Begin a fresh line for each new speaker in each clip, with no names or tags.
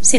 Si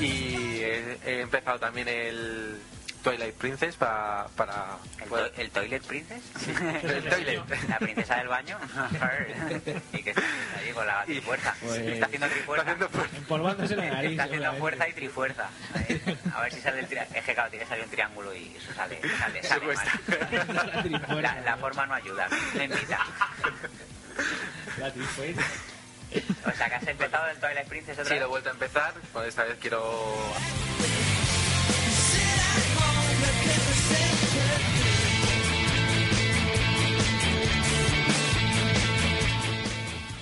Y he, he empezado también el Twilight Princess para... para
¿El,
poder-
to- el Toilet Princess?
El toilet.
¿La princesa del baño? y que está haciendo ahí con la trifuerza. Está haciendo trifuerza.
haciendo fuerza.
Empolvándose la nariz.
Está haciendo
seguramente.
fuerza y trifuerza. Ahí. A ver si sale el triángulo. Es que claro, tiene que salir un triángulo y eso sale, sale,
Se
sale
cuesta.
La
mal.
trifuerza.
La, la forma no ayuda, le invita.
La trifuerza.
O sea, que has empezado el Twilight Princess otra
Sí, lo he
vez.
vuelto a empezar. Bueno, esta vez quiero...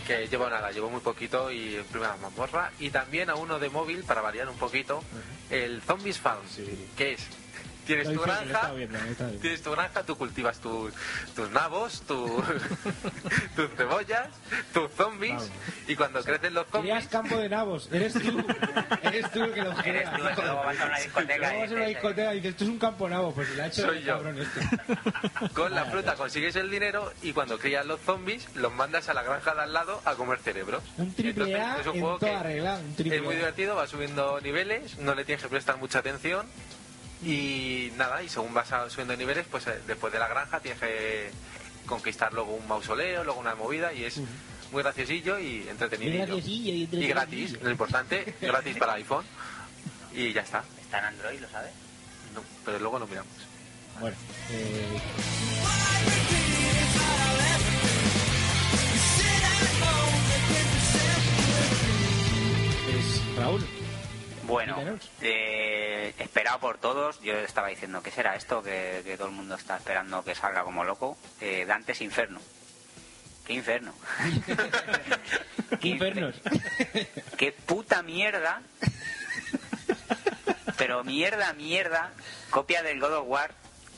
Que llevo nada, llevo muy poquito y en primera mazmorra. Y también a uno de móvil, para variar un poquito, el Zombies Farm.
Sí.
Que es, tienes
Lo
tu
hice, lo
granja,
estaba viendo, lo estaba viendo.
Tienes tu granja, tú cultivas tus, tus nabos, tu- tus cebollas, tus zombies,
Vamos.
y cuando crecen los
Querías
zombies,
campo de nabos. Eres tú. Eres tú el que lo
Eres
genera.
tú, el que luego vas a una discoteca. y
Vamos a una
dices,
discoteca y dices, esto es un campo nabo. Pues lo ha hecho
Soy
el
yo.
cabrón este.
con la fruta consigues el dinero, y cuando crías los zombies, los mandas a la granja de al lado a comer cerebros.
Un triple
Entonces,
A
es un
en
juego que
toda regla. Un triple
es muy
A.
divertido, vas subiendo niveles, no le tienes que prestar mucha atención, y nada, y según vas a- subiendo niveles, pues eh, después de la granja tienes que conquistar luego un mausoleo, luego una movida, y es muy graciosillo y
Muy
entretenido.
graciosillo y
Y
entretenido.
gratis, lo importante, gratis para iPhone. Y ya está.
Está en Android, ¿lo sabes?
No, pero luego lo miramos.
Bueno, eh, pues, Raúl,
Bueno,
Díganos.
eh, esperado por todos, yo estaba diciendo, ¿qué será esto? Que, que todo el mundo está esperando que salga como loco. Eh, Dantes Inferno. ¿Qué inferno?
¿Qué infernos?
¿Qué puta mierda? Pero mierda, mierda, copia del God of War.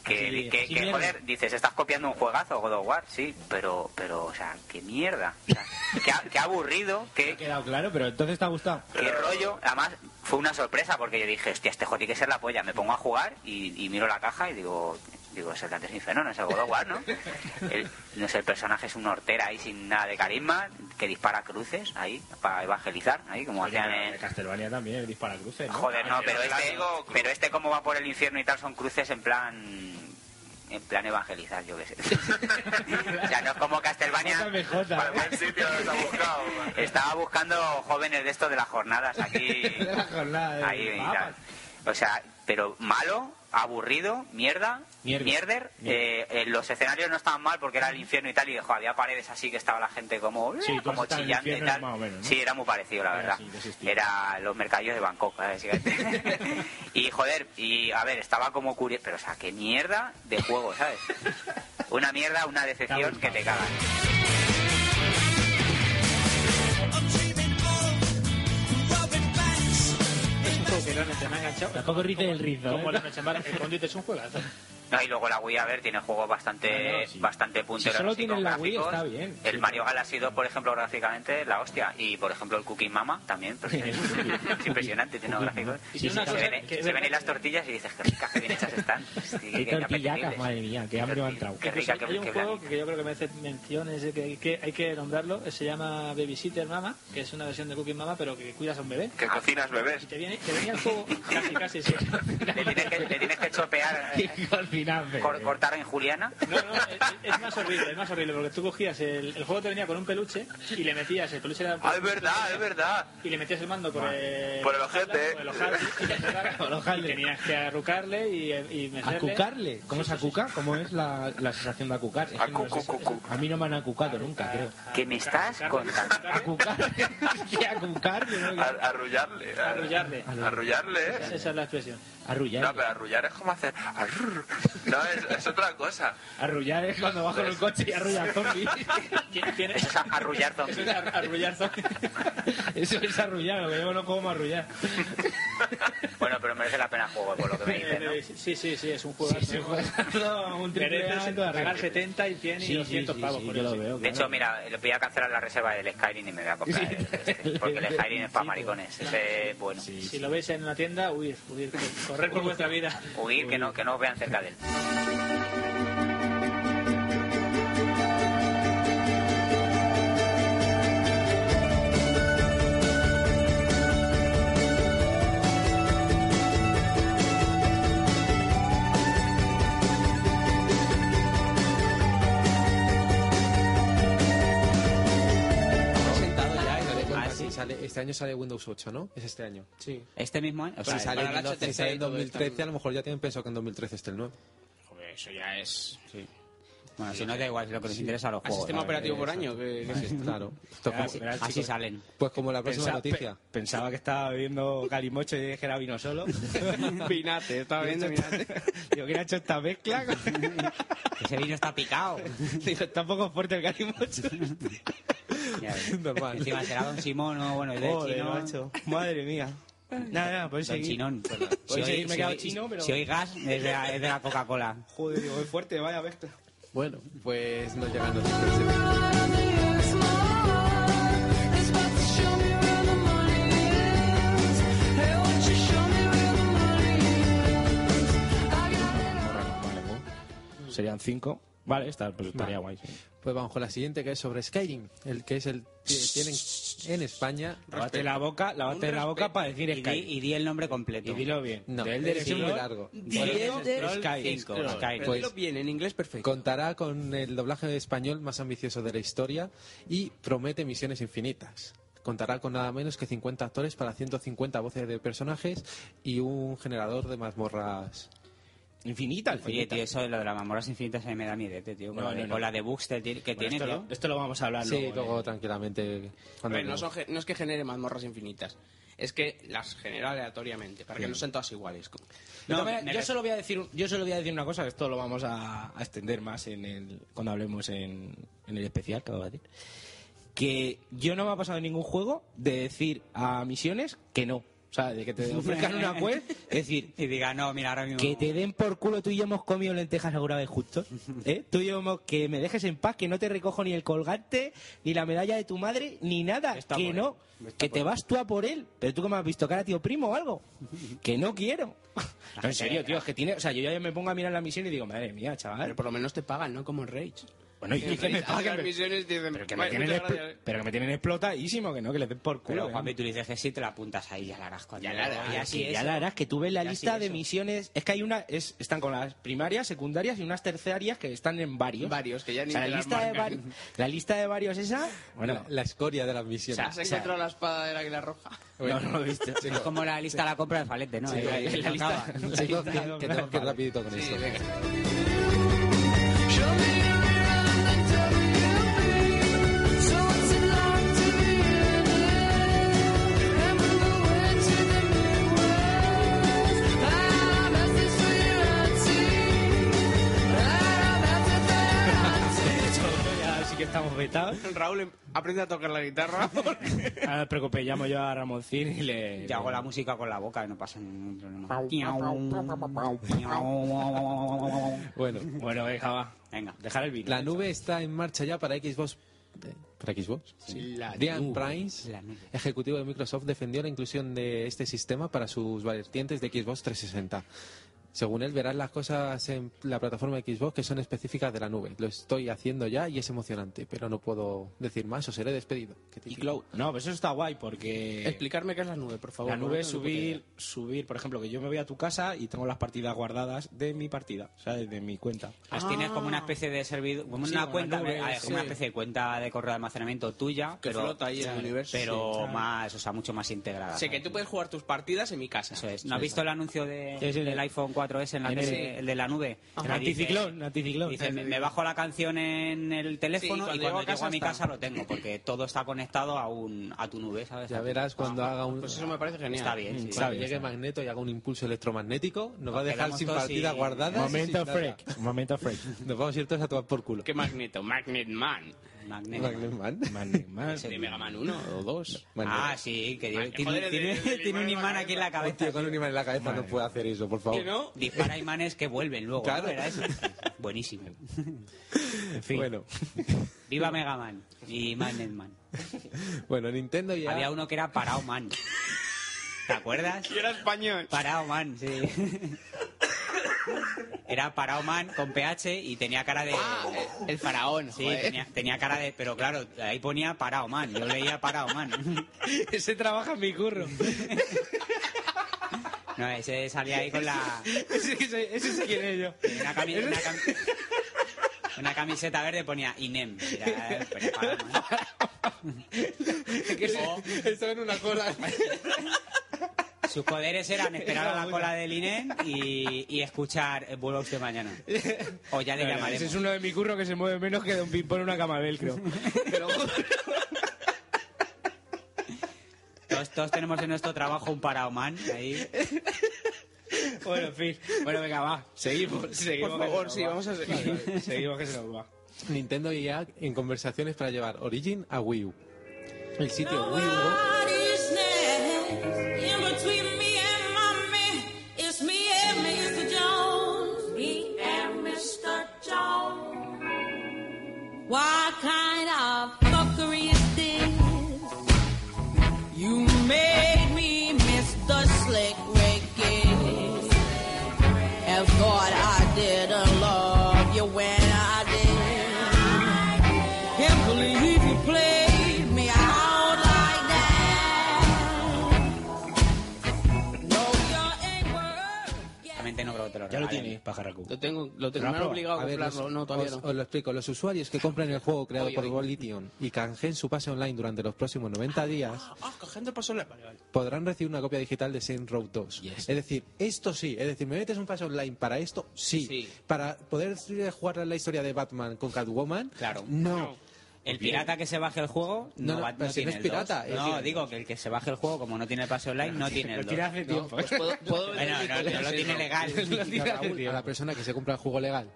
Que,
Sí,
que-
sí,
que,
mierda.
joder, dices, estás copiando un juegazo, God of War, sí, pero, pero, o sea, qué mierda. O sea, qué, a- qué aburrido,
ha
qué,
quedado claro, pero entonces te ha gustado.
qué rollo. Además, fue una sorpresa porque yo dije, hostia, este juego tiene que ser la polla. Me pongo a jugar y, y miro la caja y digo, digo, es el Dantes Inferno, no es el God of War, ¿no? El, no sé, el personaje es un hortera ahí sin nada de carisma, que dispara cruces ahí para evangelizar, ahí como hacían en,
De Castlevania también, el dispara cruces, ¿no?
Joder, no,
Pero
pero este,
clásico, cru-
pero este como va por el infierno y tal son cruces en plan en plan evangelizar, yo qué sé. o sea, no es como
Jota
Castlevania.
mejota,
Para el
¿eh?
buen sitio lo has buscado.
Estaba buscando jóvenes de estos de las jornadas aquí.
De la jornada de
ahí y
papas.
tal. O sea, pero malo, aburrido, mierda,
Mierda.
mierder. Eh, eh, los escenarios no estaban mal porque era el infierno y tal, y jo, había paredes así que estaba la gente como,
Sí, tú
como
has estado en el
chillando y
infierno,
tal.
más o menos, ¿no?
Sí, era muy parecido, la
Era
verdad.
así, de ese estilo.
Era los mercadillos de Bangkok, ¿eh? básicamente. y joder, y a ver, estaba como curioso, pero o sea, qué mierda de juego, ¿sabes? Una mierda, una decepción que te cagas.
Es un juego que realmente me ha enganchado.
Tampoco rice el rizo,
Como
¿eh?
la noche más escondite es un juegazo.
No, y luego la Wii, a ver, tiene juegos bastante,
No, no, sí.
bastante punteros.
Si solo
así
tienen
con
la Wii,
gráficos.
está bien.
El
Sí.
Mario Galaxy 2, por ejemplo, gráficamente, la hostia. Y, por ejemplo, el Cooking Mama también. pero es, es impresionante, tiene unos gráficos.
Y tiene una
se,
cosa
ven,
que-
se ven ahí las tortillas y dices, qué ricas, qué bien hechas están. Sí,
Qué tortillacas,
apetecibles.
madre mía, qué hambre me ha entrado.
Qué rica, qué,
Hay un
qué
juego
blandita.
que yo creo que merece mención, es que, que hay que nombrarlo, se llama Babysitter Mama, que es una versión de Cooking Mama, pero que cuidas a un bebé.
Que cocinas bebés.
Y te viene, te venía el juego casi, casi, sí.
Le tienes que, le tienes que chopear eh,
y con finanzas.
Cor- cortar en Juliana.
No, no, es, es más horrible, es más horrible, porque tú cogías el, el juego te venía con un peluche y le metías el peluche era-
Ah, es verdad, es verdad.
y le metías el mando por el
Por el ojete.
por el ojal- y le pegabas,
Por el ojal.
y tenías que arrucarle y, y mecerle.
¿Acucarle? ¿Cómo es acucar? ¿Cómo es la, la sensación de acucar? Es que no sé si-
Acucucucu.
a mí no me han acucado nunca, creo.
¿Qué me estás
Arrucarle,
contando?
arrucarle,
¿Acucar? ¿Qué acucar? Yo no-
Ar- arrullarle. ar-
Arrullarle.
Arrullarle, ¿eh?
Esa es la expresión.
Arrullar.
No, pero arrullar es como hacer... arrrr. No, es, es otra cosa.
Arrullar es cuando bajo en el coche y arrullar zombies.
¿Quién- quién
Eso
es?
es arrullar
Eso
zombies.
es ar- arrullar zombies.
Eso es arrullar, lo que yo no como arrullar.
Bueno, pero merece la pena el juego, por lo que me dicen, ¿no?
Sí, sí, sí, es un ¿eh? juego.
Sí, se juega un triple A en toda
pagar
regla.
70 y 100 y
Sí, sí,
200
sí,
pavos
sí,
por
yo
eso.
lo veo.
De hecho,
claro.
mira, le voy a cancelar la reserva del Skyrim y me voy a comprar el este, porque el Skyrim es para maricones. Ese, bueno,
Sí,
Si
sí.
lo veis en una tienda, huir, huir, correr por vuestra vida.
huir, que no, que no os vean cerca de él.
sentado ya y no le
Ah,
cuentas.
sí.
Sale- este año sale Windows 8, ¿no? Es este año. Sí.
Este mismo año. O sea,
Si sale,
para
en
la
dos- si
8TC
sale en
y todo
2013,
esto.
a lo mejor ya tienen pensado que en 2013 esté el 9.
Joder, eso ya es. Bueno, si no, da igual, lo que les interesa a los
A
juegos.
sistema
la verdad.
operativo por
Exacto.
año, que- que sí, claro. Esto es como-
Así, así salen.
Pues como la próxima
Pensa-
noticia.
pe- pensaba que estaba bebiendo calimocho y dije que era vino solo.
Pinate, estaba
Digo, ¿quién ha hecho esta mezcla?
Ese vino está picado.
Digo, está un poco fuerte el calimocho.
Ya ves.
Normal.
Encima será Don Simón o bueno, el de
Joder,
chino.
macho. Madre mía. Nada, nada, por
Don
seguir.
Chinón.
Voy a seguir, me he
si,
quedado
oí-
chino, pero-
si oí gas, es de la, es de la Coca-Cola.
Joder, digo, es fuerte, vaya bestia.
Bueno, pues nos llegan noticias.
Vale, bueno. Serían cinco. Vale, está, pues estaría guay. sí.
Pues vamos con la siguiente que es sobre Skyrim, el que es el que tienen en España.
Lávate la boca, lávate la boca para decir
Y di,
Skyrim.
y di el nombre completo.
Y dilo bien.
No,
Del
es
director,
muy largo.
Elder
Skyrim.
Scrolls cinco, Skyrim.
Pues-
bien, en inglés perfecto.
Contará con el doblaje español más ambicioso de la historia y promete misiones infinitas. Contará con nada menos que 50 actores para 150 voces de personajes y un generador de mazmorras.
Infinita, al
Oye, tío, eso de lo de las mamoras infinitas a mí me da miedete, tío. Con, la,
No,
de,
no, no.
con la de bugs del- que tiene,
esto,
tío.
lo, esto lo vamos a hablar
Sí,
luego.
luego
eh.
tranquilamente.
A
cuando
ver,
lo-
no son
ge-
no es que genere mazmorras infinitas, es que las genera aleatoriamente, para que no sean todas iguales.
No,
No,
mira,
me
yo
ref-
solo voy a decir yo solo voy a decir una cosa esto lo vamos a, a extender más en el cuando hablemos en, en el especial que acabo de decir que yo no me ha pasado en ningún juego de decir a misiones que no o sea de que te ofrezcan una quest es decir
Y diga, no, mira, ahora mismo.
que te den por culo tú y yo hemos comido lentejas alguna vez juntos ¿eh? tú y yo hemos- que me dejes en paz que no te recojo ni el colgante ni la medalla de tu madre ni nada
Está
que
por
no
él. Está
que
por
te
él.
vas tú a por él pero tú que me has visto cara tío primo o algo que no quiero
La
No, en
gente
serio,
de
tío, es que tiene. O sea, yo ya me pongo a mirar la misión y digo, madre mía, chaval.
por lo menos te pagan, ¿no? Como en Rage.
Bueno, y que, me paguen. Pero,
misiones dicen,
pero que me tienen expl- pero que me tienen explotadísimo, que no, que les den por culo.
Pero,
¿eh?
Juanpi, tú le dices que sí, te la apuntas ahí, ya la harás cuando.
Ya la harás,
Y
que
así
ya
es.
la harás, que tú ves la
Ya
lista
sí,
de
eso.
misiones. Es que hay una, es, están con las primarias, secundarias y unas terciarias que están en varios.
Varios, que ya
O sea, la, lista de vari- la lista de varios esa.
Bueno,
Bueno,
la escoria de las
o sea,
misiones.
o sea,
la espada del águila roja?
no, no lo he visto.
Es como la lista de la compra de falete, ¿no? Ahí, ahí,
la
acaba.
lista-
Chicos, que, que tengo que ir rapidito con esto.
Ya sí que estamos vetados.
Raúl em, aprende a tocar la guitarra.
Ahora no os preocupéis, llamo yo a Ramoncín y le.
Yo hago la música con la boca, no pasa ningún problema.
Bueno,
Bueno, venga, va.
Venga.
Dejar el vino.
la nube está en marcha ya para Xbox. eh, ¿Para Xbox? Brian Price,
La nube.
ejecutivo de Microsoft, defendió la inclusión de este sistema para sus vertientes de Xbox 360. Según él, verás las cosas en la plataforma Xbox que son específicas de la nube. Lo estoy haciendo ya y es emocionante, pero no puedo decir más o seré despedido. Qué
Y
típico.
Cloud. No, pero eso está guay porque...
Explicarme qué es la nube, por favor.
La nube
no
es
tengo ni puta
subir, subir, por ejemplo, que yo me voy a tu casa y tengo las partidas guardadas de mi partida, o sea, de mi cuenta.
Las tienes como una especie de servidor, como
Sí,
una
como
cuenta,
la nube,
a ver,
sí.
como una especie de cuenta de correo de almacenamiento tuya,
Que
pero,
flota ahí en el universo,
pero
sí, claro.
más, o sea, mucho más integrada.
idea. Sé que tú puedes jugar tus partidas en mi casa.
Eso es. ¿No has visto el anuncio de,
Sí, sí,
del
sí.
iPhone 4S en la
En
tele,
ese-
el de la nube?
El
Que dice-
anticiclón, anticiclón.
Dice, me, me bajo la canción en el teléfono
Sí,
y cuando, llego, a, mi
está.
casa lo tengo, porque todo está conectado a, un, a tu nube, ¿sabes?
Ya
A tu-
verás Mm, cuando haga un...
Pues eso me parece genial.
Está bien, sí.
Cuando llegue Magneto y haga un impulso electromagnético, nos, va a dejar
quedamos
sin
todos
partida
sin-
guardada.
Momento freak, momento freak.
Nos vamos a ir todos a tomar por culo.
¿Qué magneto? Magnet Man.
Magneto.
Magnet Man.
Man, man.
De Mega Man 1 o 2.
Magneto.
Ah, sí, que tiene,
Magneto. Joder,
tiene-
del- del
tiene un
imán en la
imán aquí en la
Un
cabeza.
tío con un imán en la cabeza no puede hacer eso, por
Oh.
favor.
Que no.
Dispara imanes que vuelven luego.
Claro.
¿no? Era eso. Buenísimo.
Bueno,
Viva Mega Man y Magnet Man.
bueno, Nintendo ya...
Había uno que era Parao Man. ¿Te acuerdas?
Yo era español.
Parao Man, sí. Era Parao Man con PH y tenía cara de.
Ah.
El faraón,
Sí,
joder.
tenía, tenía cara de. Pero claro, ahí ponía Parao Man. Yo leía Parao Man.
Ese trabaja en mi curro.
No, ese salía ahí con la.
ese, ese, ese sé quién es yo.
Una, cami- una cam- una camiseta verde ponía INEM. pues, Era- ponía Parao Man. ¿eh?
Estaba en una cola.
Sus poderes eran esperar a la cola del INEM y, y escuchar eh, Vuelva usted mañana. O ya le llamaremos.
Ese es uno de mi curro que se mueve menos que de un ping-pong en una cama velcro.
Pero
Todos, todos tenemos en nuestro trabajo un paraoman ahí.
bueno, en fin. Bueno, venga, va. Seguimos, seguimos.
Por
que
favor,
se nos
sí,
va.
vamos a-
Vale, vale, Seguimos que se nos va.
Nintendo ya en conversaciones para llevar Origin a Wii U. El sitio Wii U
What kind of fuckery is this? You made me miss the slick Ricky. And thought I didn't love you when I did. Can't believe you played me out like that. No, you ain't worth
Realmente no creo que te lo
Ya lo
regalen.
tienes, pajarraco.
Lo tengo, lo tengo. Me han
probado?
obligado a
A ver, los-
comprarlo. No, todavía
os,
no.
os lo explico. Los usuarios que compren el juego creado
Oye,
por
oye.
Volition y canjeen su pase online durante los próximos 90 días
Ah, cogiendo el paso en la- Vale, vale.
podrán recibir una copia digital de Saints Row 2. Es decir, esto sí. Es decir, ¿me metes un pase online para esto? Sí.
Sí.
¿Para poder jugar la historia de Batman con Catwoman?
Claro.
No.
El pirata que se baje el juego no,
No, no,
va-
pero si no
tiene
es
el
pirata,
dos.
es
No,
decir-
digo que el que se baje el juego, como no tiene el pase online, no tiene el 2.
Tira hace tiempo.
Pues puedo, puedo
Bueno, no, no, lo tiene legal.
Lo tira hace
Raúl, a la
tiempo.
persona que se compra el juego legal.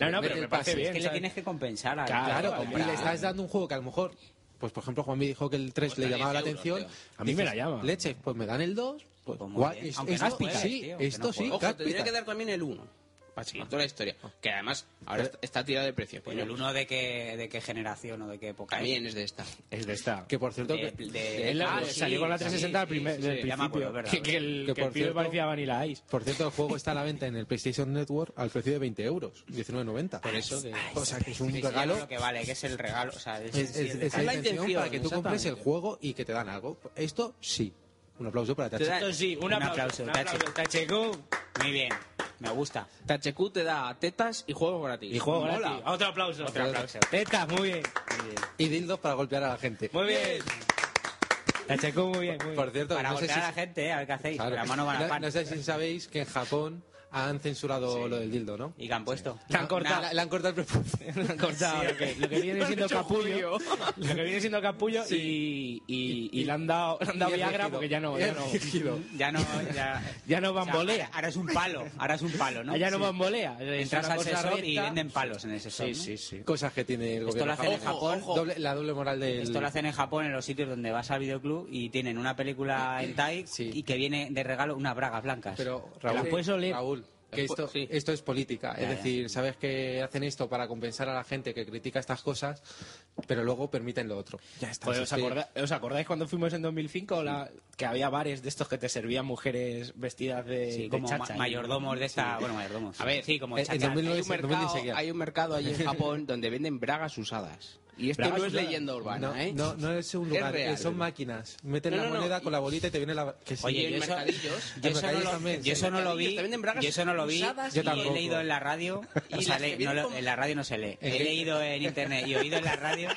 No, no,
mete
pero
el
me parece
pase.
bien.
Es que le
¿sabes?
tienes que compensar a
Ah,
Claro,
a-
y le estás dando un juego que a lo mejor, pues por ejemplo, Juanmi dijo que el
Pues
3 le llamaba la atención.
A mí me la llama.
Leche, pues me dan el 2. Pues,
Pues muy
guay,
bien.
es-
Aunque
es
no
Gatsby,
juegues,
sí,
tío, aunque
esto
no
sí,
juegues.
Ojo, tendría
Gatsby.
que dar también el 1. Para seguir toda la historia. Que además, ahora está- está tirado de precio. pues
Pero pues, el uno de qué, de qué generación o de qué época
También es de esta.
Es de esta.
Que por cierto,
De-
que-
de-
Él
Ah,
salió
sí,
con la
sí,
360 al
sí,
primer,
sí,
del
sí, ya me
principio.
acuerdo, es verdad,
que, que el,
Que
que el pibe
por cierto-
parecía Vanilla Ice.
por cierto, el juego está a la venta en el PlayStation Network al precio de 20 euros, 19.90. Por eso que... O sea, que es un
Sí, sí,
regalo.
es lo que vale, que es el regalo. O sea, es,
Es,
sí,
es-
el
es
regalo.
la intención para que tú compres el
exactamente.
juego y que te dan algo. Esto sí. Un aplauso para Tachi.
da-
Esto sí, un
Un
aplauso.
aplauso,
Un
Tachi.
aplauso, Tacheco.
Muy bien, me gusta.
Tachecu te da tetas y juego gratis.
Y juego
Mola.
gratis. Otro aplauso.
Otro aplauso.
Tetas, muy bien.
Y dildos para golpear a la gente.
Muy bien. Tacheco, muy bien. Muy
Por
bien.
cierto,
Para
no sé
golpear
si
a la gente, ¿eh? a ver qué hacéis.
Claro.
La mano van a
No-
pan.
no sé si sabéis que en Japón han censurado lo del dildo, ¿no?
¿Y qué han puesto?
Te han
Ah,
cortado.
Le, le han cortado el prepucio.
han cortado lo, que, lo que viene siendo capullo. Lo que viene siendo capullo y, y, y, le han dado, le han dado
Y es
Viagra
rígido.
porque ya no,
Y es
ya no,
rígido.
Ya no, ya...
ya no bambolea.
ahora- Ahora es un palo, ahora es un palo, ¿no?
Allá no
Sí.
bambolea. Es
Entras
una
al
cosa
sex shop y
recta.
venden palos en ese shop,
Sí,
¿no?
sí, sí.
Cosas que tiene el
Esto
gobierno
lo hacen en
japonés.
Japón. Ojo, ojo.
Doble- la doble moral del...
Esto lo hacen en Japón, en los sitios donde vas al videoclub y tienen una película en Thai
Sí.
y que viene de regalo unas bragas blancas.
Pero,
Que
Raúl,
la puedes oler.
Raúl, que
Es po-
esto,
sí.
esto es política.
Ya,
es
ya.
decir, sabes que hacen esto para compensar a la gente que critica estas cosas, pero luego permiten lo otro. Ya está.
Joder,
si
Pues, ¿os,
es que-
acorda- os acordáis cuando fuimos en 2005 la- que había bares de estos que te servían mujeres vestidas eh, de,
Sí,
de
como ma-
chacha?
mayordomos de esta-
Sí.
bueno, mayordomos.
A ver, eh,
Sí, como
en-
chacha.
en 2009
Pues
Hay un mercado-
2010 seguía.
Hay un mercado allí en Japón donde venden bragas usadas. Y esto
Bragas
no es
usadas.
leyenda urbana,
no,
¿eh?
No, no es un lugar,
real.
eh, son máquinas. Meten
No,
la
no, no,
moneda
y-
con la bolita y te viene la... Que sí.
Oye,
en
yo eso,
mercadillos.
yo
En
eso no
mercadillos
lo,
también,
yo
sí.
eso no lo vi.
Mercadillos, te venden bragas
Yo eso no lo vi.
usadas
y
y
he
tampoco.
leído en la radio.
Y
o
las
sea,
que
le-
vienen
no lo-
con-
en la radio no se lee.
¿En
He
qué?
leído en internet y oído en la radio.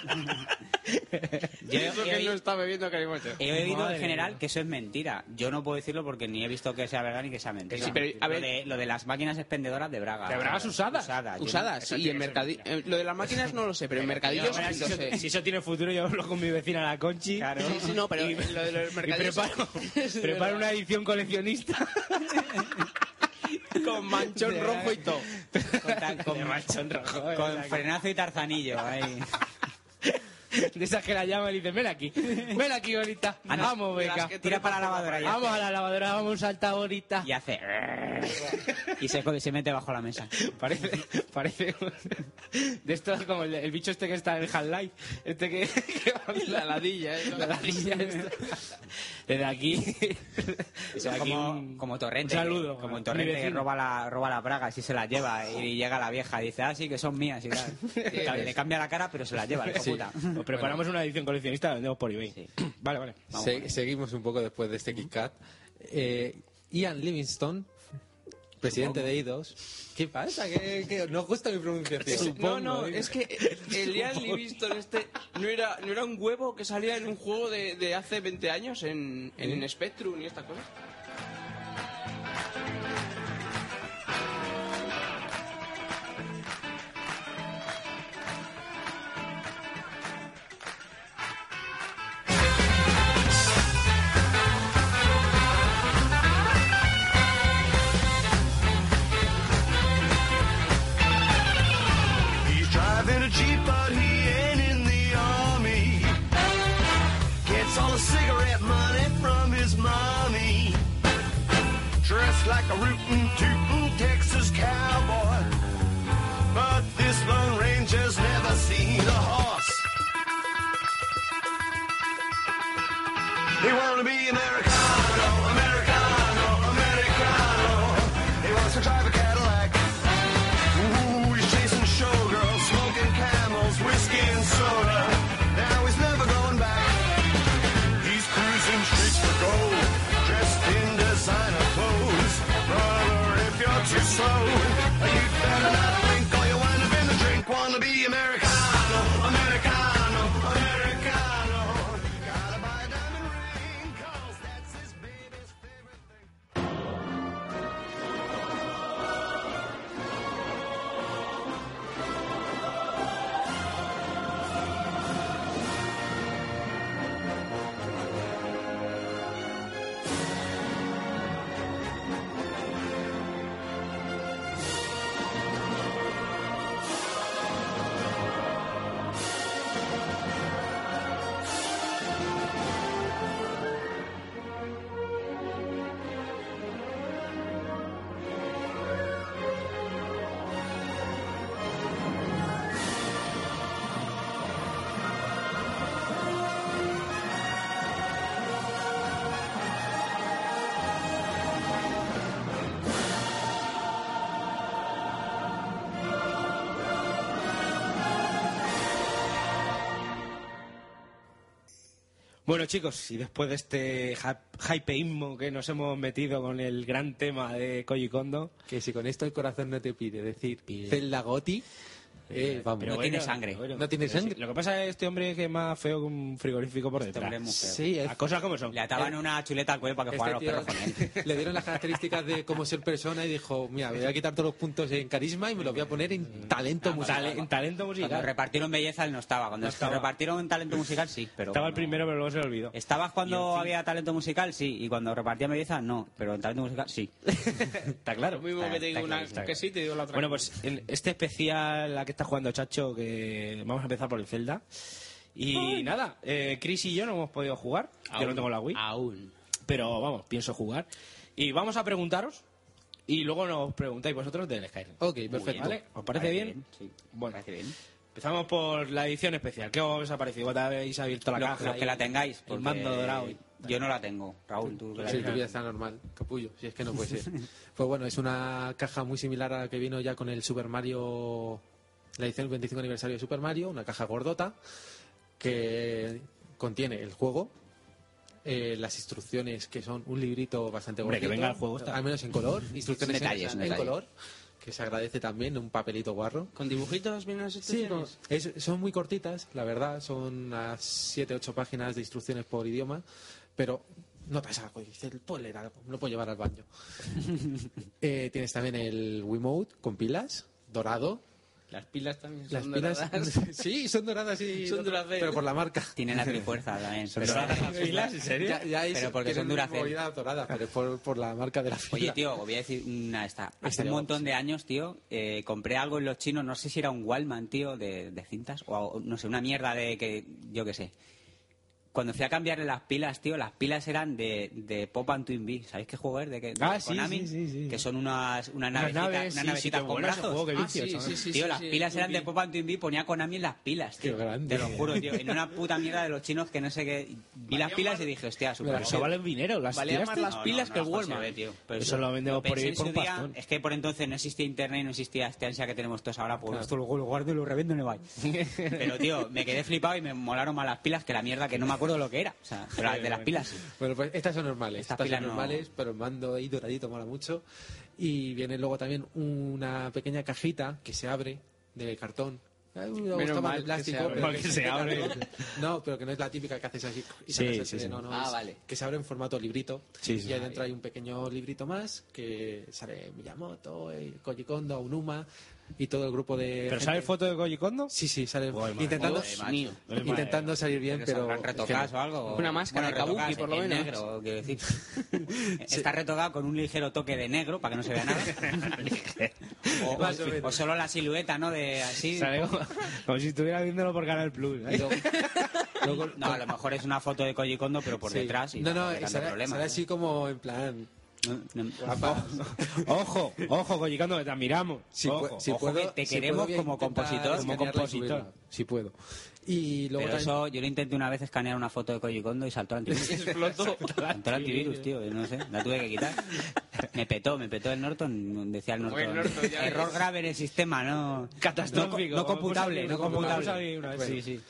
yo he,
Eso que
oí-
no está bebiendo Carimocho.
he oído
Madre
en general que eso es mentira. Yo no puedo decirlo porque ni he visto que sea verdad ni que sea mentira.
Sí, pero, a ver-
lo, de, lo de las máquinas expendedoras de bragas.
De bragas usadas.
Usadas. yo no-
Usadas,
eso
sí, y
tiene
en
que ser
mercadillos.
mentira.
Lo de las máquinas no lo sé, pero en mercadillos
Ahora,
sí
si,
lo
eso,
sé.
si eso tiene futuro, yo hablo con mi vecina la Conchi.
Claro.
Sí, sí, no, pero
Y-
lo de los
y
mercadillos-
preparo,
Es
preparo
verdad.
una edición coleccionista.
Con manchón
De
rojo y todo.
Con, tan- con-
De manchón rojo, eh,
con
o sea que-
frenazo y tarzanillo. ahí.
De esas que la llaman y dicen, ven aquí, ven aquí, bonita.
Ah, no,
Vamos,
de las
venga.
que
Tira para la lavadora ya.
Vamos a la lavadora, vamos a saltar ahorita.
Y hace. Y se, y se mete bajo la mesa.
Parece, parece un- de estos como el, el bicho este que está en el Half-Life, este que, que va con
La ladilla, ¿eh?
la ladilla esta. Desde aquí, desde aquí
como,
un-
como torrente.
un saludo,
Como un
mi
torrente que
vecino.
roba, la, roba las bragas y se las lleva. Y llega la vieja y dice, ah, sí, que son mías y tal. Le, le cambia la cara, pero se las lleva, el hijo
Sí.
puta. Este
Os preparamos una edición coleccionista, la vendemos por eBay.
Sí.
Vale, vale.
Ah,
Vamos,
Se-
vale.
seguimos un poco después de este Kit Kat. Eh, Ian Livingstone, presidente de IDOS. ¿Qué pasa? ¿Qué, qué- no os gusta mi pronunciación?
No, no,
¿eh?
es que eh, el Ian Livingston este no era, no era un huevo que salía en un juego de, de hace 20 años en, en Spectrum y esta cosa.
He's driving a Jeep, but he ain't in the army. Gets all the cigarette money from his mommy. Dressed like a rootin' tootin' Texas cowboy. But this Lone Ranger's never seen a horse. He wanna be Americano, Americano, Americano. He wants to drive a Cadillac. Ooh, he's chasing showgirls, smoking camels, whiskey and soda. Now he's never going back. He's cruising streets for gold, dressed in designer clothes. Brother, if you're too slow, you'd better not blink or you wind up in the drink. Wanna be Americano, Americano, Americano. Gotta buy a diamond ring, 'cause that's his baby's favorite thing.
Bueno, chicos, y después de este hy- hypeísmo que nos hemos metido con el gran tema de Koji Kondo,
Que si con esto el corazón no te pide decir Zelda Gotti, eh, vamos.
Pero No tiene sangre.
No tiene
pero sí,
sangre.
lo que pasa es que este hombre que es más feo que un frigorífico por detrás.
Este hombre es muy feo.
Sí, es-
Las cosas como son.
Le ataban una chuleta al cuello para que jugaran
Este
los
tío-
perros con él.
le dieron las características de cómo ser persona y dijo, mira, me voy a quitar todos los puntos en carisma y me los voy a poner en talento
Un
musical.
tale- un talento
Cuando
musical.
repartieron belleza, él no estaba. Cuando
No estaba.
repartieron un talento musical, sí. Pero
Estaba el
cuando-
primero, pero luego se lo olvidó.
¿Estabas
Y en
cuando
fin.
había talento musical? Sí. ¿Y cuando repartían belleza? No. Pero en talento musical, sí.
Está claro.
Lo mismo
Está-
que te
está claro,
digo una
está
que
claro.
sí, te digo la otra.
Bueno, pues en este especial la que está jugando Chacho, que vamos a empezar por el Zelda. Y nada, eh, Chris y yo no hemos podido jugar. Yo no tengo la Wii,
Aún.
pero vamos, pienso jugar. Y vamos a preguntaros Y luego nos preguntáis vosotros del Skyrim.
Ok, perfecto.
¿Vale? ¿Os parece bien?
Sí.
Bueno, empezamos por la edición especial. ¿Qué os ha parecido? ¿Cuándo habéis abierto la
Los-
caja?
los que
y
la tengáis,
El
porque
mando dorado. y-
Yo no la tengo, Raúl. Tú que la
Sí, tu
tienes.
vida está normal, capullo, si es que no puede ser. Pues bueno, es una caja muy similar a la que vino ya con el Super Mario, la edición del 25 aniversario de Super Mario, una caja gordota que contiene el juego, eh, las instrucciones que son un librito bastante
Hombre,
gordito,
que venga el juego, está.
al menos en color, instrucciones en-
Detalles,
en,
detalles.
color, que se agradece también, un papelito guarro.
¿Con dibujitos vienen las
Sí, no,
instrucciones?
es- son muy cortitas, la verdad, son unas 7, 8 páginas de instrucciones por idioma, pero notas algo y dices, puedo leer algo, lo puedo llevar al baño. Eh, tienes también el Wiimote con pilas, dorado.
Las pilas también
Las
son
pilas,
doradas.
sí, son doradas y...
Son duracell.
Pero por la marca.
Tiene la trifuerza también. pero-
Ya, ya hay-
pero porque son
tienen
Duracell.
movidas doradas, pero es por, por la marca de la fila.
Oye, tío, os voy a decir una esta. Hace
Estaría
un
guapo,
montón de años, tío, eh, compré algo en los chinos, no sé si era un Wallman, tío, de, de cintas, o, o no sé, una mierda de que, yo qué sé. Cuando fui a cambiarle las pilas, tío, las pilas eran de, de Pop and Twin B. ¿Sabéis qué juego es? De, que, de
Ah, sí,
Konami,
sí, sí, sí.
que son unas, unas
Unas
navecitas,
naves,
unas
sí,
navecitas
sí, que
con
compras el
brazos.
juego, qué
Ah,
vicio,
sí,
chaval.
sí, sí, tío,
sí,
las
sí,
pilas
Twin
eran de
Bee.
Pop and Twin B, ponía Konami en las pilas, tío.
Qué grande.
Te lo juro, tío. En una puta mierda de los chinos que no sé qué. Vi las pilas y dije, hostia,
Pero
super
eso vale dinero. ¿Las
Valía más
tiraste?
las pilas que el
las
Walmart.
conservé, tío. Pero
¿eh? Eso lo vendemos por
pensé
ahí
en
por
su
un
día,
pastón.
Es que por entonces no existía internet, no existía esta ansia que tenemos todos ahora. Pues
Claro.
esto luego lo guardo y lo revendo en Ebay. Pero, tío, me quedé flipado y me molaron más las pilas que la mierda que no me acuerdo lo que era. O sea, pero las de las pilas sí.
Bueno, pues estas son normales.
Estas
Estas,
pilas
son
no.
normales, pero el mando ahí doradito mola mucho. Y viene luego también una pequeña cajita que se abre de cartón. Ay, me gustaba
mal
el
que
plástico,
se abre.
pero-
Para que se abre.
No, pero que no es la típica que haces así y
Sí,
sacas el
sí,
CD,
sí.
no, no,
Ah,
es
vale.
Que se abre en formato librito.
Sí, sí.
y ahí dentro hay un pequeño librito más que sale Miyamoto, eh, Koji Kondo, Unuma y todo el grupo de.
¿Pero
gente-
sale foto de Koji Kondo?
Sí, sí, sale.
Joder, madre.
intentando
Joder, macho.
intentando salir bien,
Que
pero.
saldrán retocadas o algo.
Una máscara de
retocadas
kabuki, por lo
en
menos.
negro, quiero decir. Está retocado con un ligero toque de negro para que no se vea nada. o, o-
Más o menos.
o solo la silueta, ¿no? De así.
Sale como, como si estuviera viéndolo por Canal Plus. ¿eh?
No, a lo mejor es una foto de Koji Kondo, pero por
Sí.
detrás. Y
no, no,
hay
y
tanto
sale,
problema,
sale
¿no?
así como en plan.
No, no.
Ah,
Ojo, ojo, Koji Kondo, que te admiramos.
Si,
ojo.
pue- si
ojo,
puedo,
que te
si
queremos
puedo, voy a
como
intentar
compositor.
escanearla
Como
y
compositor.
subirla, Si puedo. Y luego
Pero
también-
eso, yo lo intenté una vez escanear una foto de Koji Kondo y saltó el antivirus. Saltó el antivirus, tío, yo no sé, la tuve que quitar. Me petó, me petó el Norton, decía el Norton.
Hombre, el Norton, ya
Error
ves.
grave en el sistema, no.
Catastrófico.
No, no
pues,
computable, no
Vamos a-
computable.
vamos a ir una vez,
sí,
sí.
sí.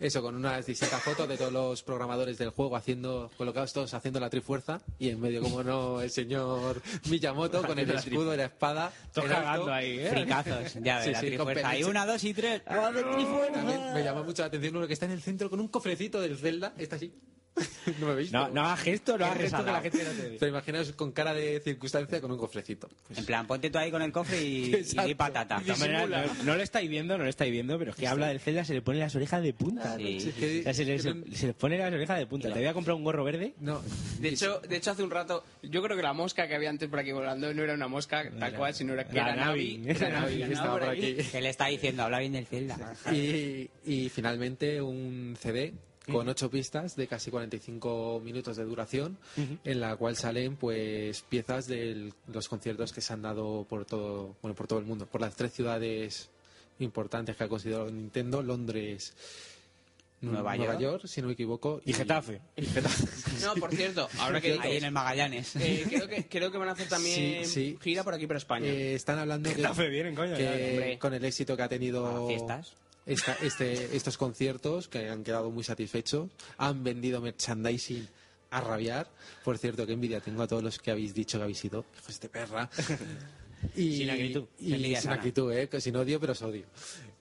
Eso, con unas distintas fotos de todos los programadores del juego haciendo, colocados todos haciendo la trifuerza y en medio, como no, el señor Miyamoto con el escudo y la espada.
Estoy
en alto.
cagando ahí, ¿eh?
Fricazos, ya ves,
pues, Sí,
la
sí, con
trifuerza. Ahí
peluche.
una, dos y tres.
¡Ah, de trifuerza! También Me llama mucho la atención uno que está en el centro con un cofrecito del Zelda, está así. no me veis.
No, no hagas gesto, no hagas
Eres
gesto que la
salado.
gente no te ve.
Te imaginas con cara de circunstancia con un cofrecito. Pues,
En plan, ponte tú ahí con el cofre y, y di
Exacto.
patata.
De todas maneras, no, no lo estáis viendo, no lo estáis viendo, pero es que habla del Zelda, se le pone las orejas de punta.
Sí.
O sea, se, le, se- se le pone las orejas de punta. Te voy a comprar un gorro verde.
No,
De hecho, de hecho, hace un rato, yo creo que la mosca que había antes por aquí volando no era una mosca tal cual, sino era, que
la
era
Navi.
Navi.
Era Navi,
que
que estaba
andaba
por aquí.
Que le está diciendo, habla bien del Zelda.
Y, y finalmente un CD con ocho pistas de casi 45 minutos de duración, en la cual salen pues piezas de los conciertos que se han dado por todo, bueno, por todo el mundo, por las tres ciudades importantes que ha considerado Nintendo, Londres,
Nueva York.
si no me equivoco,
Y Getafe.
y Getafe.
No, por cierto, ahora que
Ahí
dices,
en el Magallanes.
eh, creo, que, creo que van a hacer también
Sí, sí.
gira por aquí, por España.
Eh, están hablando que-
Getafe, vienen, coño, ya,
que
hombre.
con el éxito que ha tenido
Ah, fiestas.
esta- este, estos conciertos que han quedado muy satisfechos han vendido merchandising a rabiar por cierto que envidia tengo a todos los que habéis dicho que habéis ido hijos de perra y,
Sin acritud.
y
Envidia
sin
sana.
acritud eh, que sin odio pero os odio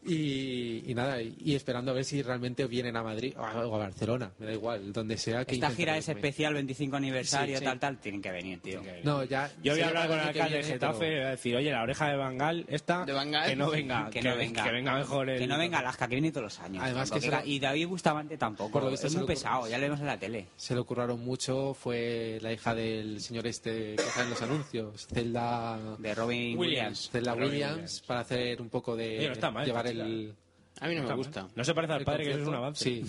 y, y nada y, y esperando a ver si realmente vienen a Madrid o a, o a Barcelona me da igual donde sea que
Esta gira
intentaré
es
irme.
especial, 25 aniversario,
Sí, sí.
tal, tal. Tienen que venir, tío.
no ya
Yo voy
sería
a hablar con el
para el año que
alcalde de
viene,
Getafe
pero-
y voy a decir, oye, la oreja de Bangal, esta,
De Van Gaal.
que no venga.
Que no venga.
Que venga mejor el...
Que no venga Alaska, que viene todos los años.
Además
tampoco.
que se lo-
Y David Bustamante tampoco.
Por lo visto
es
se
muy
lo-
pesado, ya lo vemos en la tele.
se lo curraron mucho fue la hija del señor este que está en los anuncios, Zelda,
De Robin Williams.
Williams.
Zelda
Robin
Williams,
Williams.
para hacer un poco de
Oye, no está mal,
llevar
esta
el,
a mí no me gusta.
No se parece al
el
padre, que eso es un
concierto.
avance.
Sí.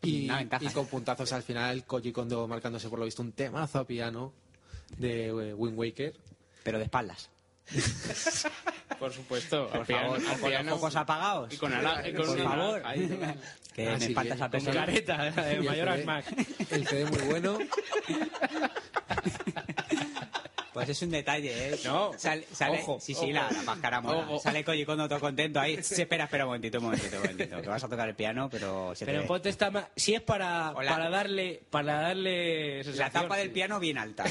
Y,
Una ventaja.
y con puntazos al final, Koji Kondo marcándose por lo visto un temazo a piano de eh, Wind Waker.
Pero de espaldas.
Por supuesto.
Por favor, o con los focos apagados.
Y con ala- y con
Por
una-
favor.
ahí.
Que me espanta esa
con
persona.
careta, de
eh,
Y el
mayor
CD.
Mac.
El CD muy bueno.
Pues es un detalle, ¿eh?
No,
Sale, sale-
ojo,
sí, sí,
ojo.
La, la máscara mola.
Ojo.
Sale Koji Kondo todo contento ahí. Sí, espera, espera un momentito, un momentito, un momentito. Que vas a tocar el piano, pero... se te
Pero
ve.
ponte esta ma- Si es para,
Hola.
para darle. Para darle
La
sensación.
tapa del piano bien alta.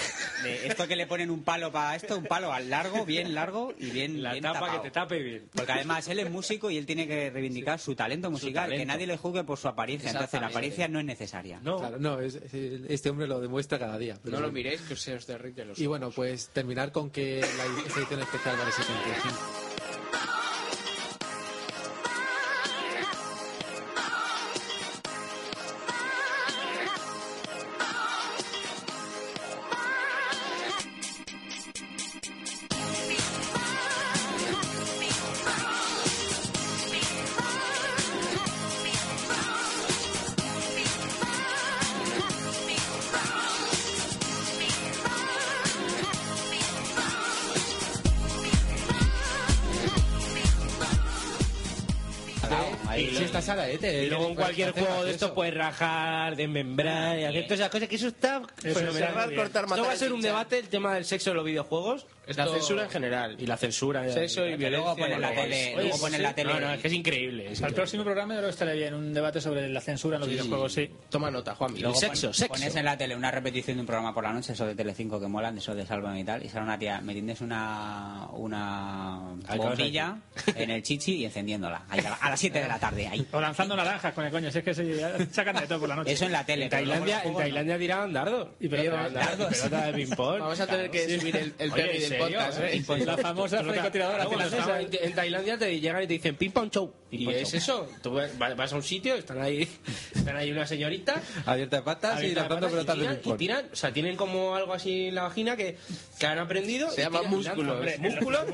De esto que le ponen un palo para esto, un palo al largo, bien largo y bien
La
bien
tapa
tapado.
que te tape bien.
Porque además él es músico y él tiene que reivindicar su talento musical,
talento.
que nadie le juzgue por su apariencia. Entonces la
Exactamente.
apariencia no es necesaria.
No.
Claro, no, es- es- este hombre lo demuestra cada día. pero
No lo
bueno.
miréis, que se os derrite los
Y bueno, pues terminar con que la edición especial vale 65.
Ahí
Si estás a la ETE.
Y luego en
puedes
cualquier
hacer
juego
más
de esto
eso.
puedes rajar, desmembrar y hacer todas esas cosas, que eso está fenomenal.
está muy bien.
Esto va a ser un debate, el tema del sexo en los videojuegos.
La censura en general.
Y la censura.
Sexo y
Que
violencia.
Luego ponen la
Luego
tele,
es-
luego
Oye,
ponen
sí,
la tele.
No, no, es que es increíble. es
Al
increíble.
próximo programa yo creo que estaré bien un debate sobre la censura en los videojuegos, sí.
Toma nota, Juanmi.
Luego
sexo,
pon-
sexo.
Pones en la tele una repetición de un programa por la noche, eso de Telecinco que molan, de eso de Sálvame y tal, y sale una tía, me tiendes una, una
Ay,
bombilla en el chichi y encendiéndola, ahí a, la- a las 7 de la tarde, ahí.
O lanzando naranjas con el coño, si es que se sacan de todo por la noche.
Eso en la tele.
En
pero luego
Tailandia,
los
en
juegos no.
Tailandia tiraban dardos.
Y pelota-
dardos. Y pelota de ping-pong.
Vamos a tener que subir el, el Perry del podcast, ¿eh?
La famosa francotiradora
Luego, cuando
tailandesa.
estaba en, en Tailandia te llegan y te dicen ping pong show.
Y
Ping-pong
es
show.
eso.
Tú vas vas a un sitio, están ahí, están ahí una señorita
Abierta de
Ah,
patas y
abierta la
lanzando
pata,
pelotas
y
de
tiran, y
ping-pong.
tiran, o sea, tienen como algo así en la vagina que, que han aprendido.
Se
y
llama
tiran, y lanzan,
músculos.
hombre, Músculos.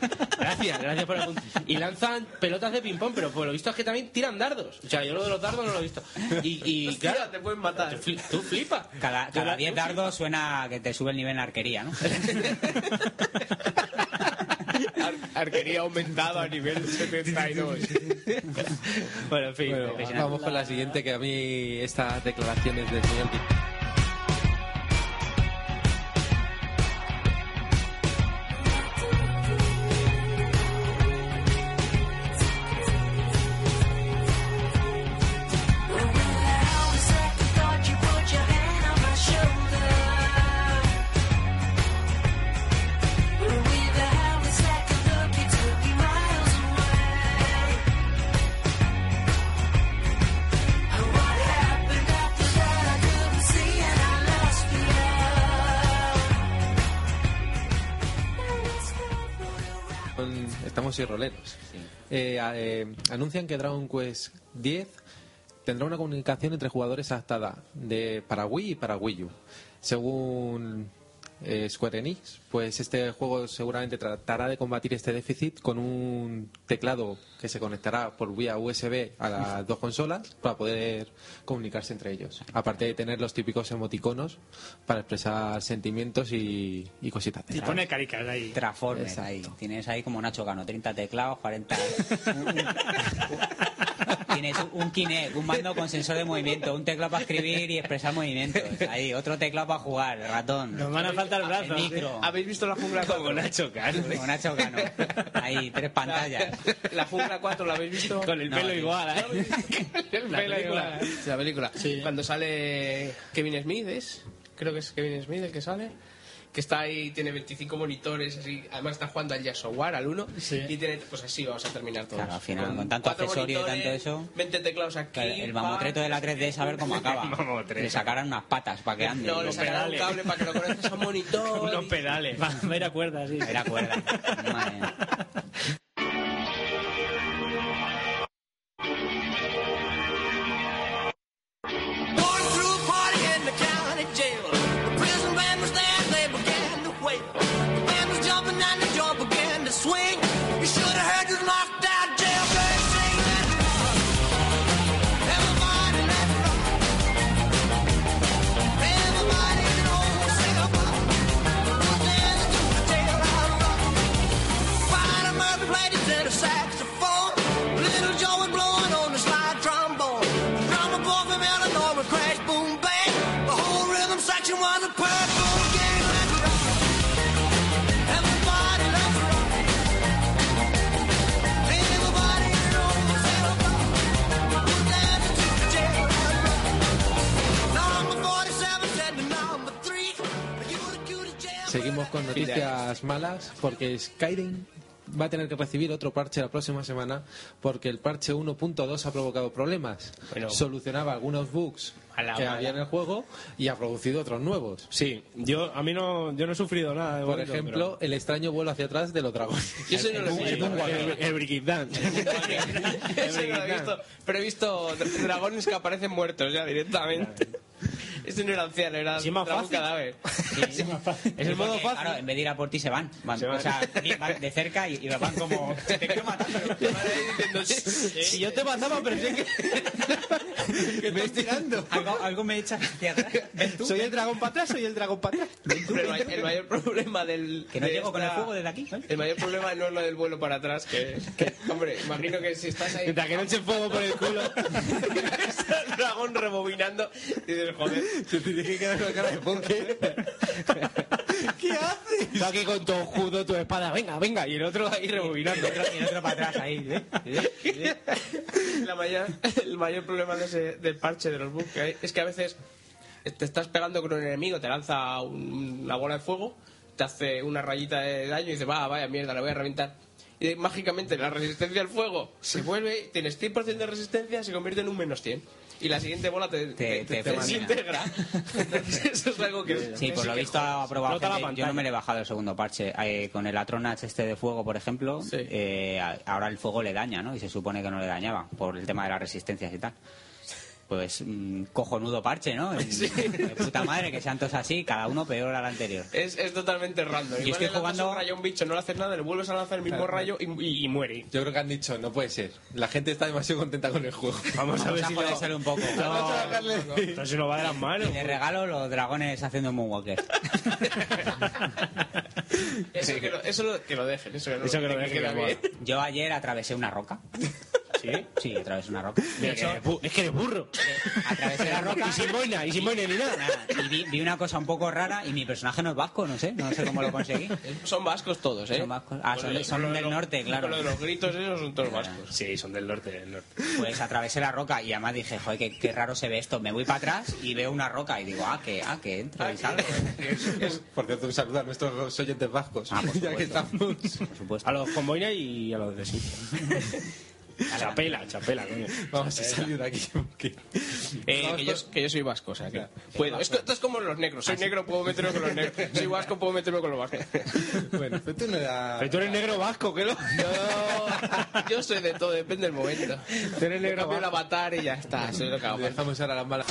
Gracias, gracias por la pun- Y lanzan pelotas de ping-pong, pero por lo visto es que también tiran dardos. O sea, yo lo de los dardos no lo he visto. Y, y, claro, te pueden matar. tú flipas.
Cada,
Yo
cada
la-
10 dardos suena que te sube el nivel en arquería, ¿no?
Ar- arquería aumentada a nivel 72.
Bueno, en fin. Pues
Bueno,
pues
vamos con la siguiente, que a mí estas declaraciones del señor Vic- Con- Estamos irroleros. Eh, a- eh, anuncian que Dragon Quest 10 tendrá una comunicación entre jugadores adaptada de para Wii y para Wii U. Según eh, Square Enix, pues este juego seguramente tratará de combatir este déficit con un teclado que se conectará por vía USB a las dos consolas para poder comunicarse entre ellos. Aparte de tener los típicos emoticonos para expresar sentimientos y, y cositas. de
Y
esas.
pone caricas ahí.
Transformers
Exacto.
ahí. Tienes ahí como Nacho Cano, 30 teclados, 40... Tienes un Kinect, un mando con sensor de movimiento, un teclado para escribir y expresar movimientos. Ahí, otro teclado para jugar, ratón.
Nos van a faltar
el
brazos.
micro.
¿Habéis visto la jungla 4?
Como Nacho Cano.
Como Nacho Cano. Ahí, tres pantallas.
La jungla 4, ¿la habéis visto?
Con el
No,
pelo
tío.
igual, ¿eh? pelo
la película.
igual.
¿eh?
La película. Cuando sale Kevin Smith, ¿es? Creo que es Kevin Smith el que sale. Que está ahí, tiene 25 monitores, así. Además está jugando al Jazz War, al 1.
Sí.
Y tiene, pues así vamos a terminar todo.
Claro, al final, con tanto accesorio y tanto eso.
20 teclados aquí.
Claro, El mamotreto de la 3D, saber cómo acaba.
El mamotreto.
Le sacaran unas patas para que
pan.
ande.
No, le
Los
sacarán un
pedales.
cable para que lo conectes a un monitor.
Unos
y-
pedales.
Va va a ir a cuerdas, sí.
Era cuerda. Madre mía.
Going through a party in the county jail. The prison band was there, they began to wail. The band was jumping and the joint began to swing. You should have heard your knocked out jailbird singing. Everybody let's rock. Everybody in old Singapore. Put their hands to the
vamos con
Fin de año.
noticias malas porque Skyrim va a tener que recibir otro parche la próxima semana porque el parche 1.2 ha provocado problemas.
Bueno.
Solucionaba algunos bugs
Mala,
que
mala.
había en el juego y ha producido otros nuevos.
Sí, yo a mí no, yo no he sufrido nada. de
Por
momento,
ejemplo, el extraño vuelo hacia atrás de los dragones.
Yo eso no lo he visto.
pero- el Brigitte
Eso no lo he visto. Pero he visto dra- dragones que aparecen muertos ya directamente. Este no era anciano, era,
Sí, más
era un
fácil.
cadáver.
Es
el modo
Porque,
fácil.
Claro, en vez de ir a por ti se van. Van, O sea, van de cerca y, y van como... Te quiero matar.
Si yo te mataba, pero sé que... me estoy tirando.
Algo, algo me echa hacia atrás. Ven tú,
Soy el dragón para atrás, soy el dragón para atrás.
Pero el, ma- el mayor problema del.
que no
de
llego con el
esta-
fuego desde aquí. ¿sabes?
El mayor problema no es lo del vuelo para atrás, que, que, hombre, imagino que si estás ahí
Mientras que no eche fuego por el culo.
el dragón rebobinando, dices, joder,
Se te dije que era una cara de póker.
¿Qué haces? Tú aquí con tu judo, tu espada. Venga, venga. Y el otro ahí rebobinando.
Y el otro- y el otro para atrás ahí. ¿eh?
la mayor, el mayor problema de ese- del parche de los bugs que hay es que a veces te estás pegando con un enemigo, te lanza un- una bola de fuego, te hace una rayita de daño y dices, va, vaya mierda, la voy a reventar. Y de- mágicamente la resistencia al fuego se vuelve, tienes 100% de resistencia, se convierte en un menos 100. Y la siguiente bola te,
Te- te fulmina.
desintegra. Entonces, eso es algo que.
Sí, por lo visto ha probado
Explota la
gente. Yo
pantalla.
no me le he bajado el segundo parche. Eh, con el Atronach este de fuego, por ejemplo,
Sí.
eh, a- ahora el fuego le daña, ¿no? Y se supone que no le dañaba por el tema de las resistencias y tal. Pues mm, cojonudo parche, ¿no? De puta madre, que sean todos así, cada uno peor al anterior.
Eh,
Es, es totalmente random.
Y
Igual
estoy
le lanzas
jugando-
un rayo a un bicho, no le haces nada, le vuelves a lanzar el mismo rayo y, y- y muere.
Yo creo que han dicho, no puede ser. La gente está demasiado contenta con el juego.
Vamos pues a
Vamos
ver
a
si lo...
jodérselo un poco.
No, no se lo va de las manos.
Y le regalo los dragones haciendo moonwalker.
Eso, que, lo, eso lo- que lo dejen. Eso que,
Eso que lo dejen,
queda
que mola.
bien.
Yo ayer atravesé una roca.
¿Sí?
Sí, atravesé una roca. De
Mira, que
hecho,
eres bu- es que eres burro.
atravesé la roca
Y sin boina, y sin boina ni nada.
Nada, y vi, vi una cosa un poco rara y mi personaje no es vasco, no sé, no sé cómo lo conseguí.
Pues
Son vascos todos, ¿eh?
Son vascos. Ah,
Con
son-
el-
son
con lo de
del
los-
norte, claro.
Con lo de los gritos esos son todos vascos.
Sí, son del norte, del norte.
Pues atravesé la roca y además dije, joder, qué, qué raro se ve esto. Me voy para atrás y veo una roca y digo, ah, que, ah, que entro y salgo.
Por cierto, un saludo a nuestros oyentes vascos.
Ah, por
ya que estamos.
Por supuesto.
A los con boina y a los de sí. Chapela, chapela, coño.
Vamos a salir de aquí. porque- Vamos
Eh, que,
con-
yo, que yo soy vasco, o sea, que puedo. Esto, esto es como los negros.
Ah,
Soy negro, puedo meterme con los negros. Soy vasco, puedo meterme con los vascos.
Bueno, pero tú no era-
Pero tú eres negro vasco, ¿qué lo?
Yo, yo soy de todo, depende del momento.
Tú eres negro
Cambio el
vasco.
avatar y ya está. Soy lo que hago.
Le dejamos ahora las malas.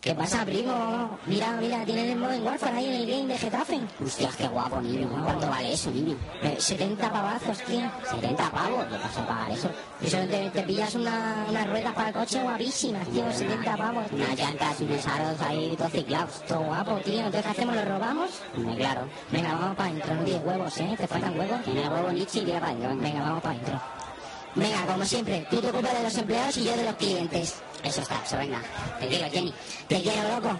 ¿Qué pasa, primo? Mira, mira, tienen el Modern Warfare ahí en el game de Getafe. Hostias, qué guapo, niño. ¿Cuánto vale eso, niño? Eh, 70 pavazos, tío. 70 pavos, ¿qué vas a pagar eso? Y solo te, te pillas una, unas ruedas para el coche guapísimas, tío. 70 pavos. Unas llantas, unos aros ahí, dos ciclados. Todo guapo, tío. Entonces, ¿qué hacemos? ¿Lo robamos? Muy claro. Venga, vamos para adentro. No tienes huevos, ¿eh? ¿Te faltan huevos? Tiene huevo Nietzsche y tira para adentro. Venga, vamos para adentro. Venga, como siempre, tú te ocupas de los empleados y yo de los clientes. Eso está, eso venga. Te quiero, Jenny. Te quiero, loco.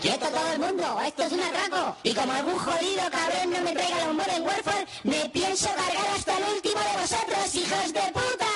¡Quieto todo el mundo! ¡Esto es un atraco! Y como algún jodido cabrón no me traiga los Modern Warfare, me pienso cargar hasta el último de vosotros, hijos de puta!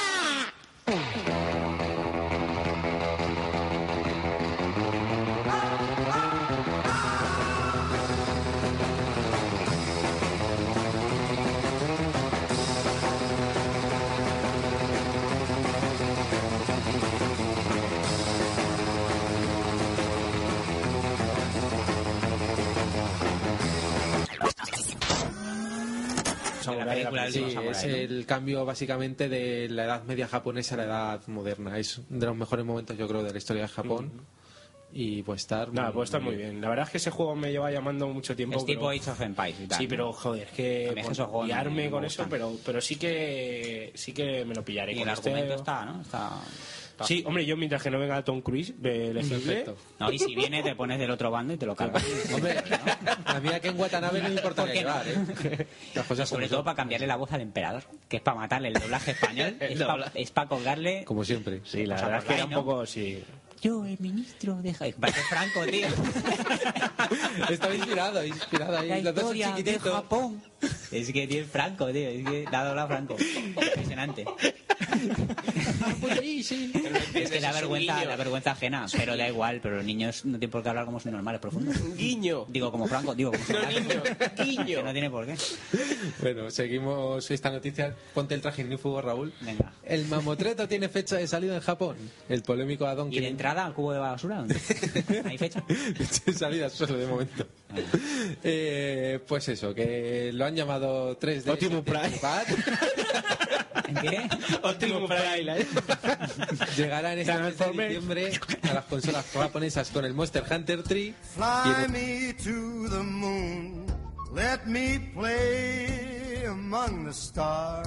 De la película del
Sí,
último
es
samurái, ¿no?
el cambio básicamente de la edad media japonesa a la edad moderna. Es de los mejores momentos, yo creo, de la historia de Japón. Y puede estar.
Nada, puede estar muy bien. La verdad es que ese juego me lleva llamando mucho tiempo.
Es tipo
pero-
Age of Empires y tal.
Sí, pero joder, es
A
que
mí es que
por
esos juegos no- no
pillarme
me
con
gustan.
eso, pero, pero sí que sí que me lo pillaré.
Y
con
el
este-
argumento está, ¿no? Está... está-
Sí, hombre, yo mientras que no venga Tom Cruise de elegible,
Perfecto.
No, y si viene te pones del otro bando y te lo cargas.
Hombre, a mí aquí en Watanabe no me importa
¿Por qué no?
llevar, ¿eh? Las cosas
Sobre
como,
todo
son.
para cambiarle la voz al emperador, que es para matarle el doblaje español,
El
es para
doblaje.
colgarle...
como siempre.
sí, la
O sea,
verdad es que era un
¿no?
poco sí.
Yo, el ministro, deja... Parece Franco, tío.
Estaba inspirado, inspirado ahí.
La
Los dos son
historia de
chiquititos.
Japón. Es que tiene Franco, tío. Es que la ha doblado Franco. Impresionante. Es que da vergüenza, da vergüenza ajena, pero da igual, pero los niños no tienen por qué hablar como normales profundos.
Guiño.
Digo, como Franco, digo, como guiño. Que no tiene por qué.
Bueno, seguimos esta noticia. Ponte el traje ignífugo, Raúl.
Venga.
El mamotreto tiene fecha de salida en Japón. El polémico Adon
¿Y de entrada al cubo de basura? ¿Dónde? ¿Hay fecha?
de salida solo de momento. Eh, pues eso, que lo han llamado 3D.
Optimus Prime.
¿Qué?
Optimus Prime.
Llegará en este mes de diciembre a las consolas japonesas con el Monster Hunter 3 y
Fly
el
me to the moon. Let me play among the stars.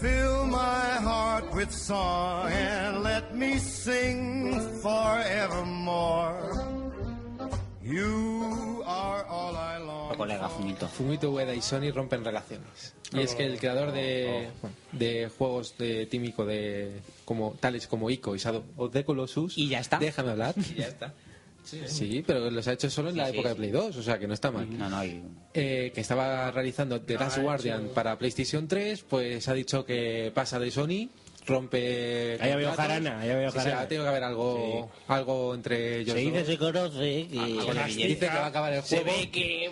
Fill my heart with song and let me sing forevermore. You are all I long.
Fumito.
Ueda y Sony rompen relaciones. Y es que el creador de, de juegos de tímico de como tales como Ico y Shadow of the Colossus. Y
ya está.
Déjame hablar.
Ya está. Sí,
Sí, pero los ha hecho solo en la
Sí, sí,
época de
sí.
Play 2, o sea que no está mal.
No, no, hay...
Eh, que estaba realizando The Last
Ah,
Guardian
eso.
para PlayStation 3, pues ha dicho que pasa de Sony, rompe.
Ahí ha habido
contratos.
jarana, ahí ha habido
Sí, sí,
jarana.
ha tenido que haber algo, algo entre ellos.
Se dice,
dos.
se Ah, conoce que...
Dice que va a acabar el
Se
juego.
ve que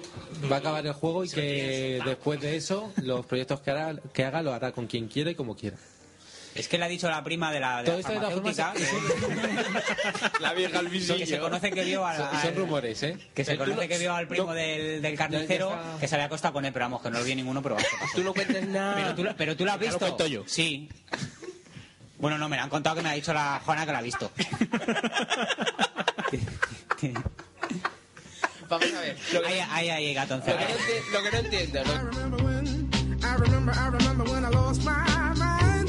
Va a acabar el juego y que después de eso, los proyectos que hará, que haga lo hará con quien quiera y como quiera.
Es que le ha dicho la prima de la, de
Todo
la
esto de todas formas
farmacéutica
la vieja al
que, que se conoce que vio al,
Son, son
al-
rumores, ¿eh?
que se
Pero tú
conoce
no-
que vio al primo
no-
del, del carnicero
Ya está.
que se había acostado con él, pero vamos, que no lo vi ninguno, pero vamos, que pasó.
Tú no cuentes
Pero
nada.
tú, lo- pero tú lo has
Ya lo
visto.
cuento yo.
Sí. Bueno, no, me lo han contado que me ha dicho la Juana que la ha visto.
Vamos a ver. Lo que,
Ahí, ahí, ahí,
lo que
gatoncero.
no, enti- lo que no entiendo.
I
lo-
remember when, I remember, I remember when I lost my mind.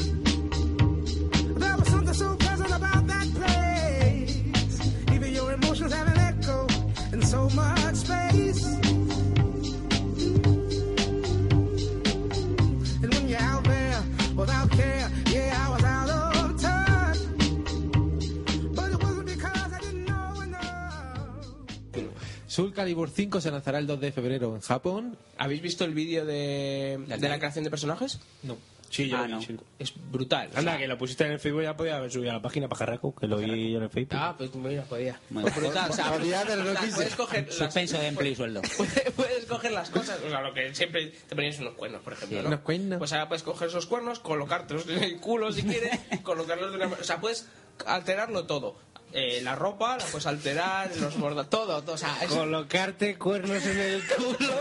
There was something so pleasant about that place. Even your emotions have an echo in so much space. And when you're out there without care, yeah, I was out of touch. But it wasn't because I didn't know enough.
Soul Calibur 5 se lanzará el 2 de febrero en Japón.
¿Habéis visto el vídeo de, de la creación de personajes?
No.
Sí, yo
Ah,
lo vi,
no.
sí.
Es brutal. o sea,
Anda, que lo pusiste en el Facebook ya podía haber subido a la página pajarraco, que lo vi yo en el Facebook.
Ah, pues mira, podía.
Bueno.
Pues brutal, o sea,
Podía haberlo
o sea,
quise.
puedes coger las,
Suspenso de empleo y sueldo.
puedes, puedes coger las cosas, o sea, lo que siempre te ponías unos cuernos, por ejemplo, ¿no?
Unos cuernos.
Pues ahora puedes coger esos cuernos, colocártelos en el culo si quieres, colocarlos de una manera, o sea, puedes alterarlo todo. Eh, la ropa la puedes alterar, los bordados, todo, todo, o sea, es
Colocarte cuernos en el culo.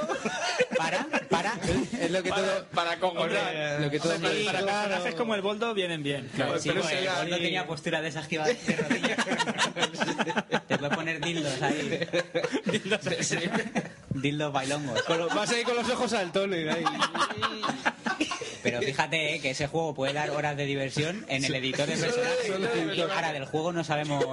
Para, para.
Es lo que todo.
para congolar.
Lo que todo
Para, para personajes como el Boldo vienen bien.
Claro, sí,
pero
pues,
ese era
no
el-
tenía postura de esas que iba de rodillas. Te puedes poner dildos ahí. Dildos bailongos.
Vas ahí con los ojos saltones. Ahí.
Pero fíjate eh, que ese juego puede dar horas de diversión en el editor de personajes. Ahora, del juego no sabemos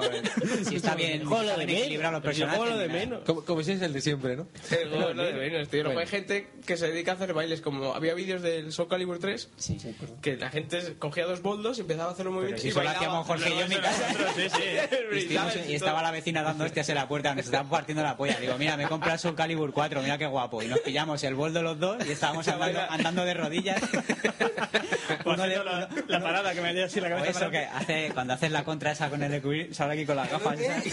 si está bien,
Juego lo
está
de
bien equilibrado los
menos. Pero
personajes.
juego lo de
ni nada.
menos.
Como, como si es el de siempre, ¿no?
El gol, lo de menos, tío.
Bueno.
Hay gente que se dedica a hacer bailes, como había vídeos del Soul Calibur 3,
Sí.
que la gente cogía dos boldos y empezaba a hacer un movimiento
Si
y
solo
bailaba.
hacíamos Jorge y yo en mi casa.
Sí, sí.
Y, estuvimos- y estaba la vecina dando hostias en la puerta, nos estaban partiendo la polla. Digo, mira, me he comprado el Soul Calibur 4, mira qué guapo. Y nos pillamos el boldo los dos y estábamos andando, andando de rodillas.
O
Uno de-
haciendo la, la parada que me dio así la
o
cabeza.
eso
para-
que hace, cuando haces la contra esa con el de cubrir, sale aquí con las gafas. esas.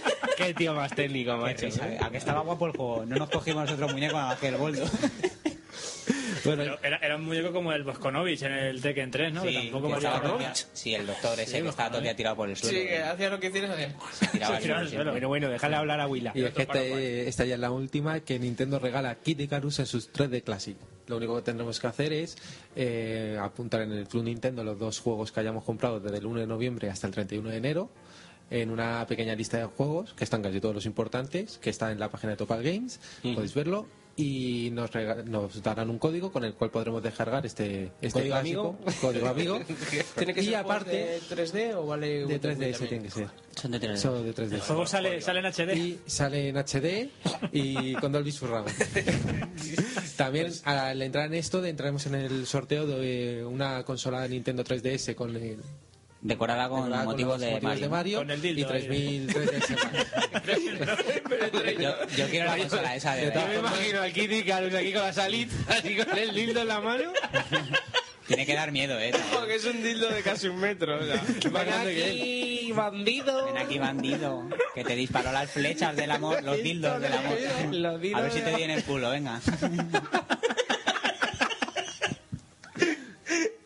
Qué tío más técnico,
Qué
macho.
risa, ¿eh? a que estaba guapo el juego. No nos cogimos nosotros muñeco a que el boldo.
Bueno,
Pero Era, era un muñeco como el Bosconovich en el Tekken 3, ¿no? que tampoco
que
valía
estaba
la
todo el
pena.
día- Sí, el doctor ese que estaba todo el día tirado por el suelo.
Sí, que hacía lo que tienes
Se tiraba
se tiraba
al
al
suelo.
Bueno, bueno, déjale hablar a Willa.
y es que esta, esta ya es la última que Nintendo regala a Kid Icarus en sus 3D Classic. Lo único que tendremos que hacer es eh, apuntar en el Club Nintendo los dos juegos que hayamos comprado desde el 1 de noviembre hasta el 31 de enero en una pequeña lista de juegos que están casi todos los importantes, que está en la página de Topal Games, podéis verlo. y nos, rega- nos darán un código con el cual podremos descargar este, este
¿Código
clásico,
amigo?
código amigo.
¿Tiene que
y
ser
aparte
aparte de 3D o vale
de
un-
3D ese
también?
tiene que ser.
Son de 3D.
Son de 3D.
Eh. El juego sale, sale en HD.
Y sale en HD y con Dolby Surround. También al entrar en esto de- entraremos en el sorteo de una consola de Nintendo 3DS con el-
Decorada con
decorada
motivos
los
de Mario.
de Mario
Con el dildo
y
ahí.
eh.
3000 3DS
Yo, yo quiero la consola esa de
Yo me
verdad.
imagino al Kitty Carus aquí con la salita, así con el dildo en la mano.
Tiene que dar miedo, eh.
Porque es un dildo de casi un metro. o sea, más grande que él.
bandido.
Ven aquí, bandido. Que te disparó las flechas del amor, los dildos del amor.
Los dildos
A ver si
del
te viene el culo, venga.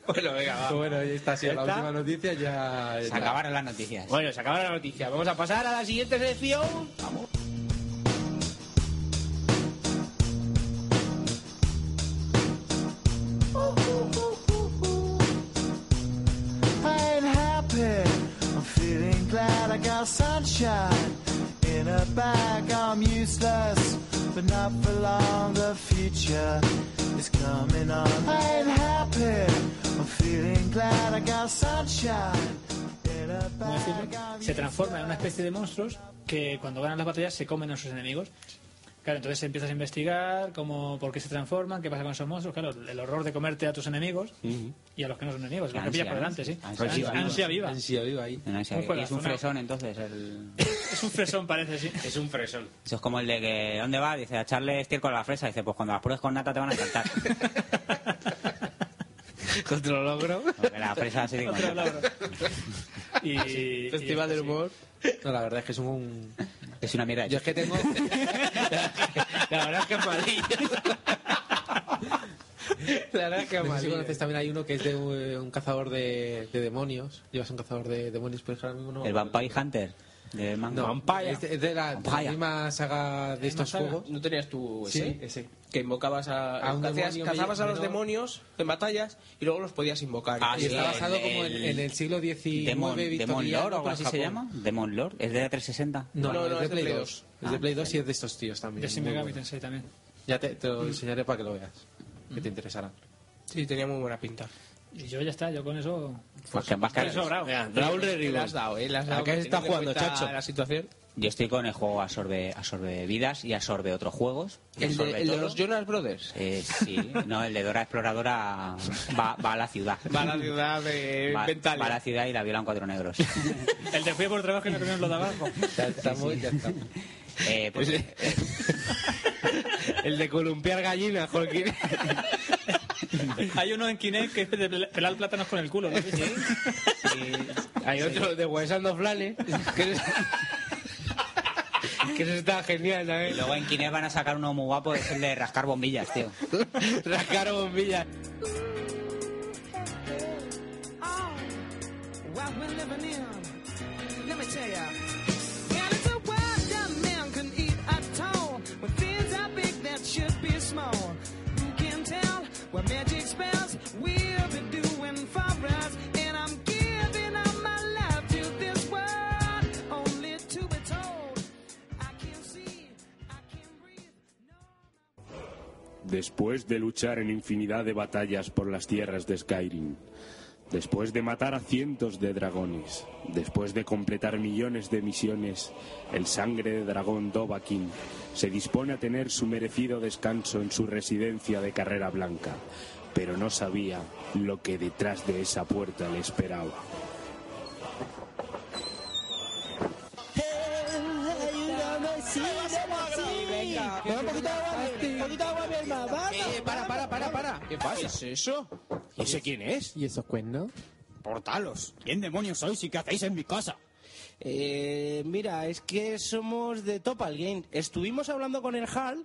Bueno, venga, va.
Bueno, y esta ha sido la
¿Esta?
última noticia. Ya
Se acabaron las noticias.
Bueno, se acaba la noticia. Vamos a pasar a la siguiente sección. Vamos.
I'm happy. I'm feeling glad I got sunshine in a bag. I'm useless, but not for long. The future is coming on. I'm happy. I'm feeling glad I got sunshine in a
¿cómo decirlo?
bag. I'm
se transforma en una especie de monstruos que cuando ganan las batallas se comen a sus enemigos. Claro, entonces empiezas a investigar cómo, por qué se transforman, qué pasa con esos monstruos. Claro, el horror de comerte a tus enemigos y a los que no son enemigos, lo que
Ansia,
pillas por delante, sí.
ansia viva.
Ansia, ansia viva.
Ansia viva ahí.
No, no,
Un
ese- y
juegazo,
es un
una-
fresón, entonces. el-
Es un fresón, parece, sí.
Es un fresón.
Eso es como el de que, ¿dónde va? Dice, a echarle estiércol a la fresa. Dice, pues cuando las pruebes con nata te van a encantar.
Contra lo logro.
Porque la fresa se digo.
Otra palabra. Y, y-
Festival del
sí.
humor.
No, la verdad es que es un.
Es una mierda.
Yo es que tengo.
La verdad es que es malillo. La verdad es que es
No sé si
malillo.
conoces también hay uno que es de eh, un cazador de, de demonios. Llevas un cazador de demonios, pues ahora mismo no.
El Vampire Hunter. De manga.
No, este-
Vampire.
Es de, es de la, de la
Vampire.
misma saga de estos
saga?
juegos.
¿No tenías tú ese?
Sí, ese.
Que invocabas a...
A un
hacías-
demonio
cazabas a los
menor.
demonios en batallas y luego los podías invocar.
Ah,
Y
y
sí,
está
el-
basado como en,
el-
en el siglo XIX
Demon,
victoriano.
Demon Lord o algo
pero
así se
Japón. Mm.
llama. Demon Lord. Es de la 360.
No,
No,
no,
no,
es de Play 2. Es de Play 2 y es de estos tíos también.
De Shin
muy
Megami
bueno.
Tensei también.
Ya te, te lo enseñaré para que lo veas. Que te interesará.
Sí, tenía muy buena pinta.
Y yo ya está, yo con eso...
Pues que más que-
Estoy sobrado.
Mira, Raúl
Le
Rerilón.
has dado, ¿eh? Le has
¿A
dado,
qué
teniendo
está
en
jugando,
cuenta
chacho?
La situación.
Yo estoy con el juego absorbe, absorbe vidas y absorbe otros juegos. y
El
absorbe
de, el de
todo.
los Jonas Brothers.
Eh, sí, no, el de Dora Exploradora va, va a la ciudad.
Va a la ciudad de
Va-
Ventalia.
va a la ciudad y la violan cuatro negros.
El de fui por trabajo y me comieron lo de abajo.
Ya estamos, ya estamos.
Eh, pues, eh.
El de columpiar gallinas, Joaquín.
Hay uno en Kinect que es de pelar plátanos con el culo, ¿no?
Hay otro de huesando flanes. Que, es... que eso está genial ¿eh?
y
también.
luego en Kinect van a sacar uno muy guapo, es el de rascar bombillas, tío.
Rascar bombillas.
Oh, what we're living in. Let me tell ya. Well, it's a world that man can eat at all. When things are big that should be small. Who can tell what magic spells we'll be doing for us? And I'm giving all my love to this world, only to be told. I can't see, I can't breathe.
Después de luchar en infinidad de batallas por las tierras de Skyrim, después de matar a cientos de dragones, después de completar millones de misiones, el sangre de dragón Dovahkiin se dispone a tener su merecido descanso en su residencia de Carrera Blanca, pero no sabía lo que detrás de esa puerta le esperaba.
Eh, para, para, para, para. ¿Qué pasa? es eso? No sé quién es.
¿Y esos cuernos?
Portalos. ¿Quién demonios sois y qué hacéis en mi casa? Eh, mira, es que somos de Topal Game. Estuvimos hablando con el Hal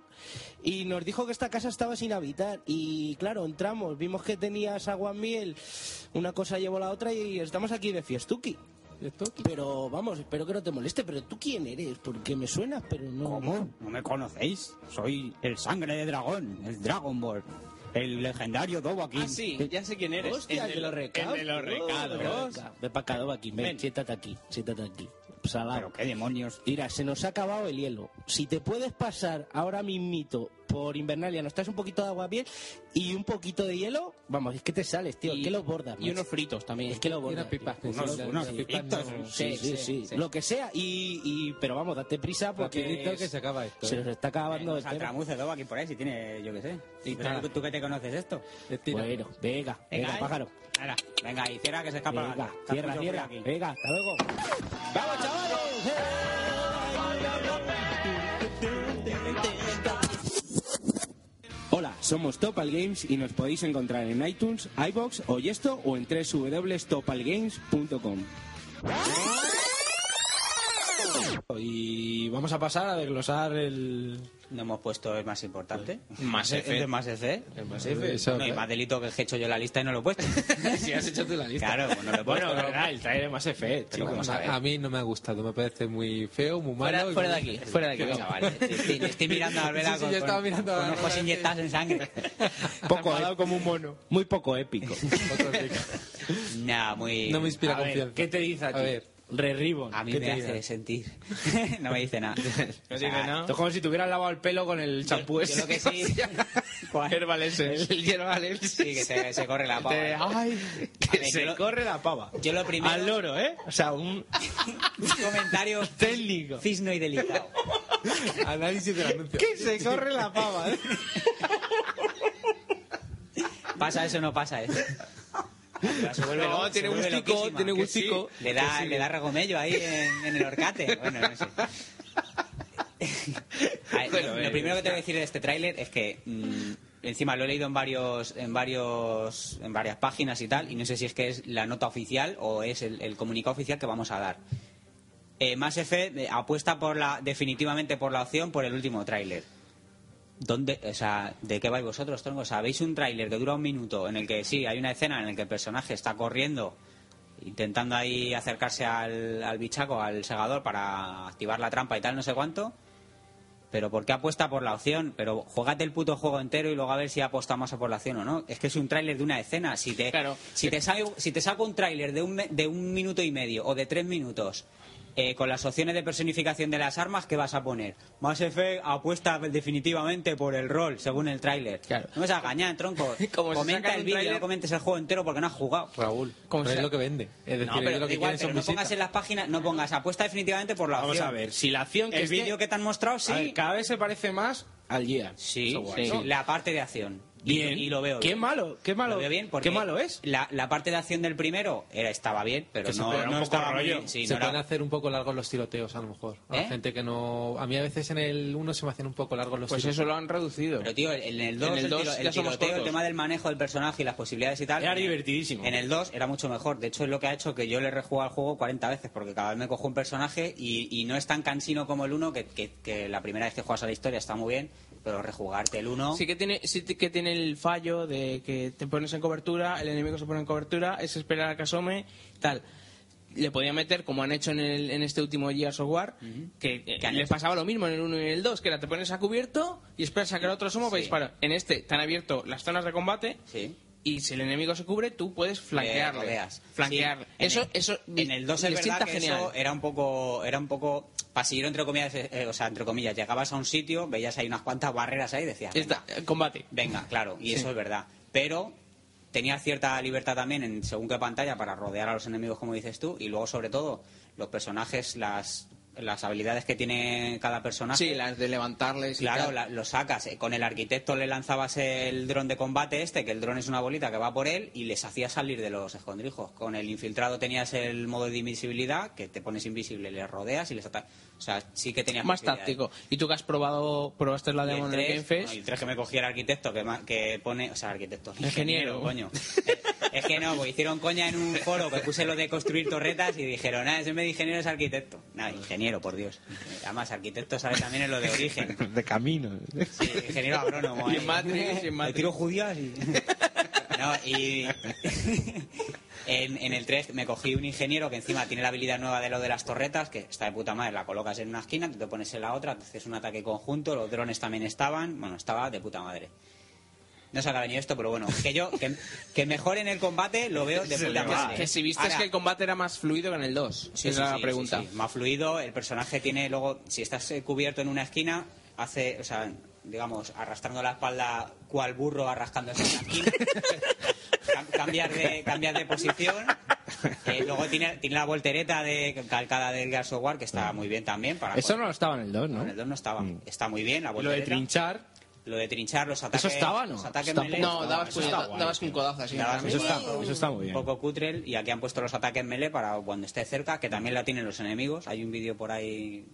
y nos dijo que esta casa estaba sin habitar. Y claro, entramos, vimos que tenías agua en miel, una cosa llevó la otra y estamos aquí de fiestuki. Pero vamos, espero que no te moleste, pero ¿tú quién eres? Porque me suenas, pero no...
¿Cómo? ¿No me conocéis? Soy el sangre de dragón, el Dragon Ball, el legendario Dovahkiin.
Ah, sí, ya sé quién eres.
Eh, Hostia,
el de los
recados.
El de los recados.
Ven para acá, aquí. Ven, siéntate aquí. Siéntate aquí. Salado.
Pero qué demonios.
Mira, se nos ha acabado el hielo. Si te puedes pasar ahora mismito por Invernalia, nos traes un poquito de agua bien y un poquito de hielo. Vamos, es que te sales, tío. es que lo bordas.
y unos
fritos también. Es que lo
unas
bordas.
Pues,
pipas,
tío.
unos-
Sí,
unos
sí,
fritos,
sí,
no.
Sí, sí, sí,
sí.
Lo que sea. Y, y- pero vamos, date prisa porque.
Rapidito que se acaba esto,
Pues, Se
¿eh?
nos está acabando
Venga,
el tema.
Saltramuce, luego aquí por ahí, si tiene, yo qué sé. Y tú,
nada.
tú que te conoces esto.
Bueno, venga, venga,
¿eh?
Eh, pájaro.
Venga, venga, y cierra que se escapa. la
Venga,
gata. Está
cierra,
mucho frío
cierra.
aquí.
Venga, hasta luego. ¡Vamos, chavales!
Hola, somos Topal Games y nos podéis encontrar en iTunes, iBox o Yesto o en www.topalgames.com.
Y vamos a pasar a desglosar el.
No hemos puesto el más importante.
Mass
El-
Effect.
El de más F.
El Mass Effect. Eso,
no, y
¿eh?
más delito que he hecho yo en la lista y no lo he puesto.
si has hecho tú la lista.
Claro, pues no lo he puesto.
Bueno, verdad, el trailer más F, eh.
Pero vamos a ver.
a, mí no me ha gustado, me parece muy feo, muy malo.
Fuera- fuera
y muy-
de aquí, fuera de aquí,
Qué
vamos.
chaval.
Estoy, estoy mirando a Albela
Sí, sí,
con,
yo estaba
con-
mirando a
con ojos
Albela,
inyectados en sangre.
Poco
eh.
como un mono. Muy poco épico.
no, muy...
No me inspira
A ver,
confianza.
¿qué
te dice a
ti?
ver.
Re Ribbon.
A mí
¿Qué
me
te
hace
dice?
sentir. no me dice nada. O sea,
Esto es como si te hubieras lavado el pelo con el champú
Ah. yo lo que sí- ¿Cuál?
El hierbal ese.
Sí, que se, se corre la pava.
Te- ay, que
A ver,
se
yo lo-
corre la pava.
Yo lo primero...
Al loro, ¿eh? O sea, un
Un comentario
técnico.
cisno y delicado.
Análisis del anuncio.
Que se corre la pava. ¿eh?
¿Pasa eso o no pasa eso? Pero se vuelve
No,
loco, se
tiene
vuelve
gustico,
loquísima.
tiene
Que
gustico.
sí. Le da,
Que sí.
le da regomello ahí en, en el horcate. Bueno, no sé. A ver,
Bueno,
lo,
eh,
lo primero que tengo que decir de este tráiler es que mm, encima lo he leído en varios, en varios, en varias páginas y tal, y no sé si es que es la nota oficial o es el, el comunicado oficial que vamos a dar. Eh, Mass Effect eh, apuesta por la, definitivamente por la opción por el último tráiler. ¿Dónde, o sea, ¿De qué vais vosotros, Tongo? ¿Sabéis un tráiler que dura un minuto en el que sí, hay una escena en el que el personaje está corriendo, intentando ahí acercarse al, al bichaco, al segador, para activar la trampa y tal, no sé cuánto? ¿Pero por qué apuesta por la opción? Pero jugate el puto juego entero y luego a ver si apostamos a por la opción o no. Es que es un tráiler de una escena. Si te, si te, saco, si te saco un tráiler de un, me- de un minuto y medio o de tres minutos eh, con las opciones de personificación de las armas, ¿qué vas a poner? Mass Effect apuesta definitivamente por el rol, según el tráiler. No me vas a engañar, tronco.
Como si
Comenta
sacan
el
un
vídeo,
tráiler-
no comentes el juego entero porque no has jugado.
Raúl,
¿Cómo
pero
se-
es lo que vende. Es decir,
No, pero
ellos lo que
da igual,
quieren son
pero no pongas
visitas.
en las páginas, no pongas apuesta definitivamente por la
Vamos
opción.
a ver, si la acción que
El
esté-
vídeo que te han mostrado, sí.
A ver, cada vez se parece más al Gear.
Sí,
Eso guay,
sí,
¿no?
la parte de acción. Y-
Bien.
Y, lo veo
Qué
bien.
malo, qué malo.
Lo veo bien porque
Qué malo es.
La, la parte de acción del primero era, estaba bien, pero
Que se
no,
pega un
no
poco
estaba muy
rollo.
bien. Sí,
se
no era-
pueden hacer un poco largos los tiroteos, a lo mejor. A la
¿Eh?
gente que no... A mí a veces en el 1 se me hacen un poco largos los
Pues
tiroteos.
eso lo han reducido.
Pero tío, en el 2
En el
el,
dos
tiro- el
ya somos
tiroteo, el
cortos.
tema del manejo del personaje y las posibilidades y tal.
Era
en el-
divertidísimo.
En el 2 era mucho mejor. De hecho, es lo que ha hecho que yo le rejuego al juego 40 veces, porque cada vez me cojo un personaje y, y no es tan cansino como el 1, que, que- que la primera vez que juegas a la historia está muy bien, pero rejugarte el 1...
Sí que tiene, sí que tiene el fallo de que te pones en cobertura, el enemigo se pone en cobertura, es esperar a que asome, tal. Le podía meter, como han hecho en, el- en este último Gears of War, que, eh,
Que han
les
hecho.
pasaba lo mismo en el 1 y en el 2, que era te pones a cubierto y esperas a que el otro asoma para
Sí.
disparar. En este te han abierto las zonas de combate
Sí.
y si el enemigo se cubre, tú puedes
Eh,
flanquearle.
rodeas.
flanquearle.
Sí, en
eso,
el-
eso
En el 2
le
es verdad
sienta
que
genial.
eso era un poco, era un poco pasillo entre comillas, eh, eh, o sea, entre comillas, llegabas a un sitio, veías ahí unas cuantas barreras ahí y decías,
Ya está, eh, combate.
Venga, claro, y eso es verdad. Pero tenía cierta libertad también en según qué pantalla para rodear a los enemigos, como dices tú, y luego, sobre todo, los personajes, las, las habilidades que tiene cada personaje.
Sí, las de levantarles. y
Claro,
tal.
la- lo sacas. Eh, Con el arquitecto le lanzabas el dron de combate este, que el dron es una bolita que va por él, y les hacías salir de los escondrijos. Con el infiltrado tenías el modo de invisibilidad, que te pones invisible, les rodeas y les atacas. O sea, sí que tenías
más
posibilidades.
táctico. Y tú que has probado, probaste la
Y
demo
el
en el
3,
Game Fest.
bueno, y el 3 que me cogía el arquitecto que, ma- que pone, o sea, arquitecto,
Ingeniero.
ingeniero, coño. Eh, es que no, pues hicieron coña en un foro que puse lo de construir torretas y dijeron, nada, ese me de ingeniero es arquitecto. Nada, ingeniero, por Dios. Además, arquitecto sabe también en lo de origen.
De camino.
Sí, ingeniero agrónomo.
Y
ahí.
en Matrix, y en
Le
Matrix.
tiro judías y... No, y... en, en el 3 me cogí un ingeniero que encima tiene la habilidad nueva de lo de las torretas, que está de puta madre, la colocas en una esquina, tú te pones en la otra, te haces un ataque conjunto, los drones también estaban, bueno, estaba de puta madre. No sé a qué ha venido esto, pero bueno, que yo, que, que mejor en el combate lo veo de puta
Que-
madre.
que si viste
Ahora,
que el combate era más fluido que en el 2.
Sí,
esa
sí,
era
sí,
la pregunta.
sí, sí. Más fluido, el personaje tiene luego, si estás eh, cubierto en una esquina, hace, o sea, digamos, arrastrando la espalda cual burro arrascándose en la esquina. Cam- cambias, de, cambias de posición. Eh, luego tiene, tiene la voltereta de calcada del Gears of War, que está muy bien también. Para
Mm. Eso no lo estaba en el 2, ¿no? ¿eh? Mm.
el 2 no estaba. Está muy bien la
Lo de
voltereta.
trinchar.
Lo de trinchar, los ataques.
estaba, no?
Los ataques
Está-
melee.
No, dabas
Eso está
puñeta-
guay.
dabas con codazo así.
Dabas
Eso
con
está-
codazo.
eso está muy bien.
Un poco cutrel. Y aquí han puesto los ataques melee para cuando esté cerca, que también lo tienen los enemigos. Hay un vídeo por ahí.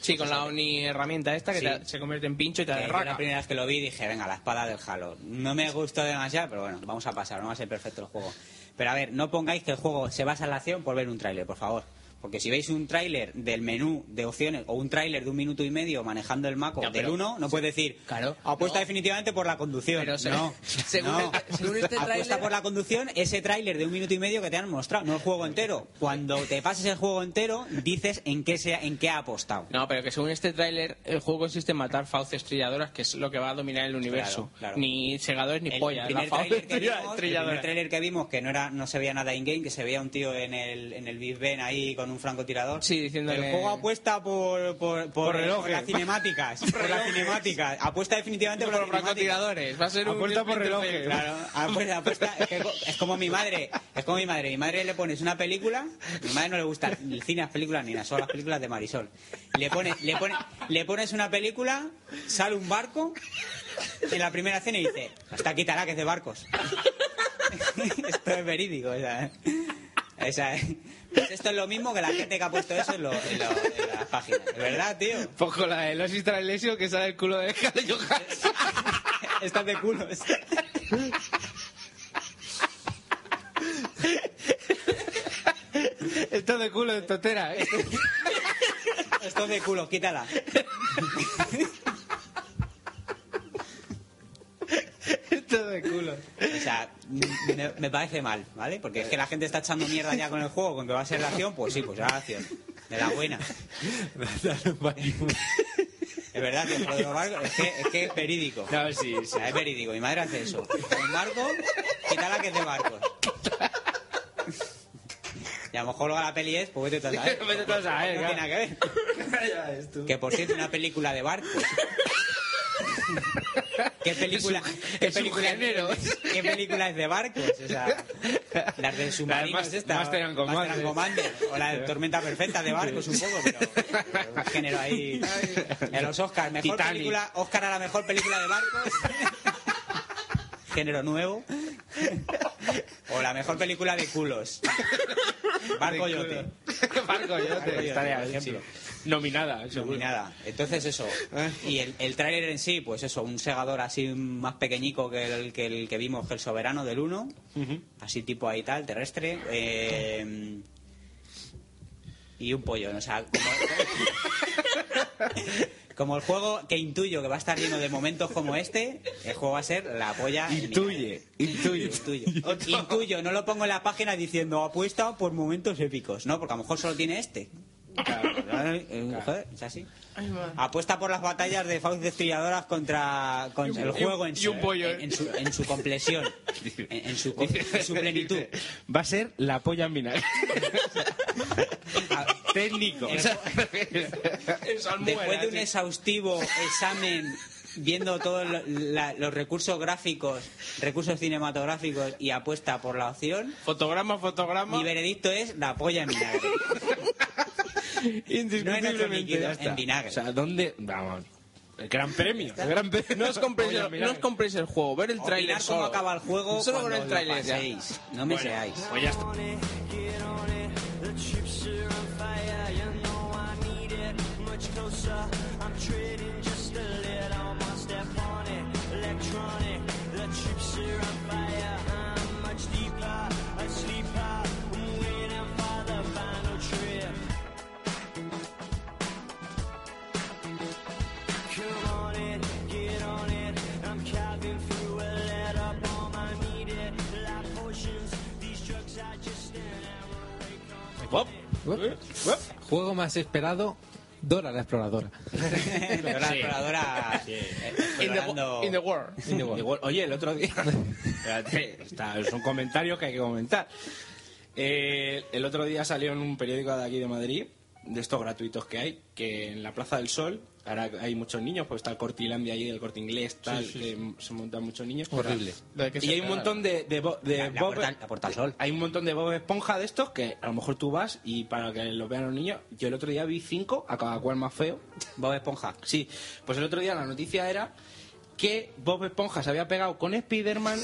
Sí, con la Oni herramienta esta que
Sí.
te- se convierte en pincho y te
que yo la
arranca.
primera vez que lo vi dije, venga, la espada del Halo. No me gustó demasiado, pero bueno, vamos a pasar, no va a ser perfecto el juego. Pero a ver, no pongáis que el juego se basa en la acción por ver un tráiler, por favor. Porque si veis un tráiler del menú de opciones o un tráiler de un minuto y medio manejando el maco del
pero-
1, no puedes decir, apuesta definitivamente por la conducción.
Pero se-
no,
según
no.
este- según este
Apuesta
tráiler-
por la conducción, ese tráiler de un minuto y medio que te han mostrado, no el juego entero. Cuando te pases el juego entero, dices en qué, sea, en qué ha apostado.
No, pero que según este tráiler, el juego consiste en matar fauces trilladoras, que es lo que va a dominar el universo.
claro.
Ni segadores ni
el
pollas.
primer
las fauces
tráiler que
trilla-
vimos- el primer
trilladoras.
tráiler que vimos que no era no se veía nada in game que se veía un tío en el en el Big Ben ahí con un francotirador
sí diciendo
el juego apuesta por por, por,
Por relojes.
las cinemáticas por las cinemáticas apuesta definitivamente por,
Por
las
los francotiradores. Va a ser un Apuesta por Splinter relojes. Cell.
claro apuesta, apuesta- es, que co- es como mi madre es como mi madre mi madre le pones una película mi madre no le gusta el cine las películas ni nada solo las películas de Marisol le pones le pones le pones una película sale un barco en la primera escena y dice, hasta aquí Tarak es de barcos. esto es verídico, o sea, ¿eh? o sea, pues esto es lo mismo que la gente que ha puesto eso en, lo- en lo- en las páginas. ¿De verdad, tío?
Poco la de los Istralesio que sale el culo de Scarlett Johansson.
Estás de culos.
Esto de culo de totera, ¿eh?
Esto es de culo, quítala.
Esto de culo.
O sea, me, me parece mal, ¿vale? Porque es que la gente está echando mierda ya con el juego, con que va a ser la acción, pues sí, pues será la acción. De la buena. Es verdad, tío, lo de los barcos, es que es, que es verídico.
No, sí,
O sea, es verídico. Mi madre hace eso. Con barco, quítala que es de barcos. Y a lo mejor luego la peli es, pues vete tú a saber.
Vete tú a saber,
No tiene
claro.
nada que ver. Que por cierto, una película de barcos. ¿Qué película, qué,
es un
película
género.
¿Qué película es de barcos? O sea, las del submarino
Mas-
es esta.
Master and
Master and
Commander.
Commander, O la de Tormenta Perfecta de barcos un poco, pero, pero un género ahí. En los Oscars, mejor
Titanic.
película, Oscar a la mejor película de barcos. género nuevo. O la mejor película de culos. Barco
De
Yote.
Marco, yo
Barco
te
Yote,
estaré
por
al
ejemplo.
Nominada,
Ni nada. Entonces eso. Y el, el tráiler en sí, pues eso, un segador así más pequeñico que el que, el que vimos, que el soberano del 1, así tipo ahí tal, terrestre. eh, y un pollo, o sea, como, como el juego que intuyo que va a estar lleno de momentos como este, el juego va a ser la polla. en mi
Intuye, intuye.
Intuyo. Intuyo, no lo pongo en la página diciendo apuesta por momentos épicos, ¿no? Porque a lo mejor solo tiene este. Ay, eh, joder, es así. Apuesta por las batallas de fauces destrilladoras contra, contra
Y un-
el juego en
y
su,
un pollo, eh.
en, en su, en su complexión, en, en su, en su plenitud.
Va a ser la polla en vinagre. Técnico.
El- Después de un exhaustivo examen viendo todos lo- la- los recursos gráficos, recursos cinematográficos y apuesta por la opción,
Fotograma,
mi
fotograma.
veredicto es la polla en vinagre. No en otro líquido,
Ya está.
en vinagre.
O sea, ¿dónde? Vamos. El gran premio. El gran premio.
No os compréis,
Polla en
el, no os
vinagre.
compréis el juego, ver el
Opinar
tráiler
cómo
solo.
acaba el juego
Solo con
cuando
el tráiler
lo
ya.
paséis. No me seáis.
Pues ya está.
Get on it, the chips are on fire. You know I need it much closer. I'm trading just a little more. Step on it, electronic. The chips are on fire. I'm much deeper, a sleeper. I'm waiting for the final trip. Come on in, get on it. I'm calving through a let up on my needed life potions. These drugs are just an hour away.
Juego más esperado, Dora la exploradora.
Pero la exploradora
In the,
explorando-
wo- in the world.
Igual- Oye, el otro día. Espérate, está- es un comentario que hay que comentar. Eh, el otro día salió en un periódico de aquí de Madrid
de estos gratuitos que hay, que en la Plaza del Sol, ahora hay muchos niños, pues está el Cortilandia ahí, el Corte Inglés, tal,
sí,
que se montan muchos niños.
Horrible.
Lo de que Y
se
hay un
pega,
montón de, de, bo- de
La- la
Bob- eh,
puerta- la puerta al sol.
Hay un montón de Bob Esponja de estos que a lo mejor tú vas y para que los vean los niños, yo el otro día vi cinco, a cada cual más feo. Bob Esponja. Sí, pues el otro día la noticia era que Bob Esponja se había pegado con Spiderman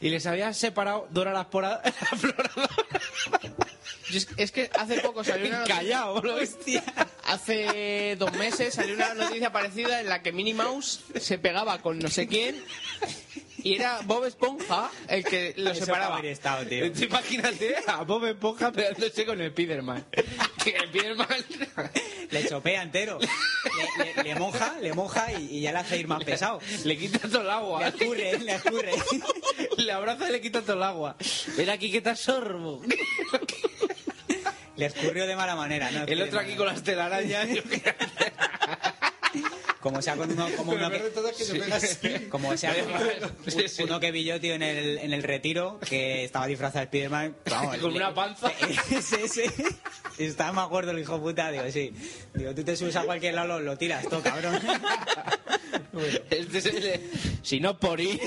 y les había separado dos horas por hora-
Yo es, es que hace poco salió una noticia-
Callao, bro,
Hace dos meses salió una noticia parecida en la que Minnie Mouse se pegaba con no sé quién y era Bob Esponja el que lo
Eso
separaba.
habría estado, tío. Tú Imagínate a Bob Esponja pegándose con el Spiderman. Que el Spiderman
Le chopea entero. Le, le- le moja, le moja y, y ya le hace ir más pesado.
Le quita todo el agua.
Le escurre, le escurre.
Le abraza y le quita todo el agua. Ven aquí que te sorbo.
Le escurrió de mala manera. ¿no?
El otro aquí con las telarañas.
Como sea con uno, como
Pero
uno
lo peor de todo es que se
Sí.
pega así.
Como sea con
Además,
uno, uno que vi yo, tío, en el, en el retiro, que estaba disfrazado de Spiderman. Vamos,
Con una
panza. Ese, ese. Estaba más gordo el hijo puta, digo, sí. Digo, tú te subes a cualquier lado, lo, lo tiras, todo cabrón.
Este es el de- Si no por ir.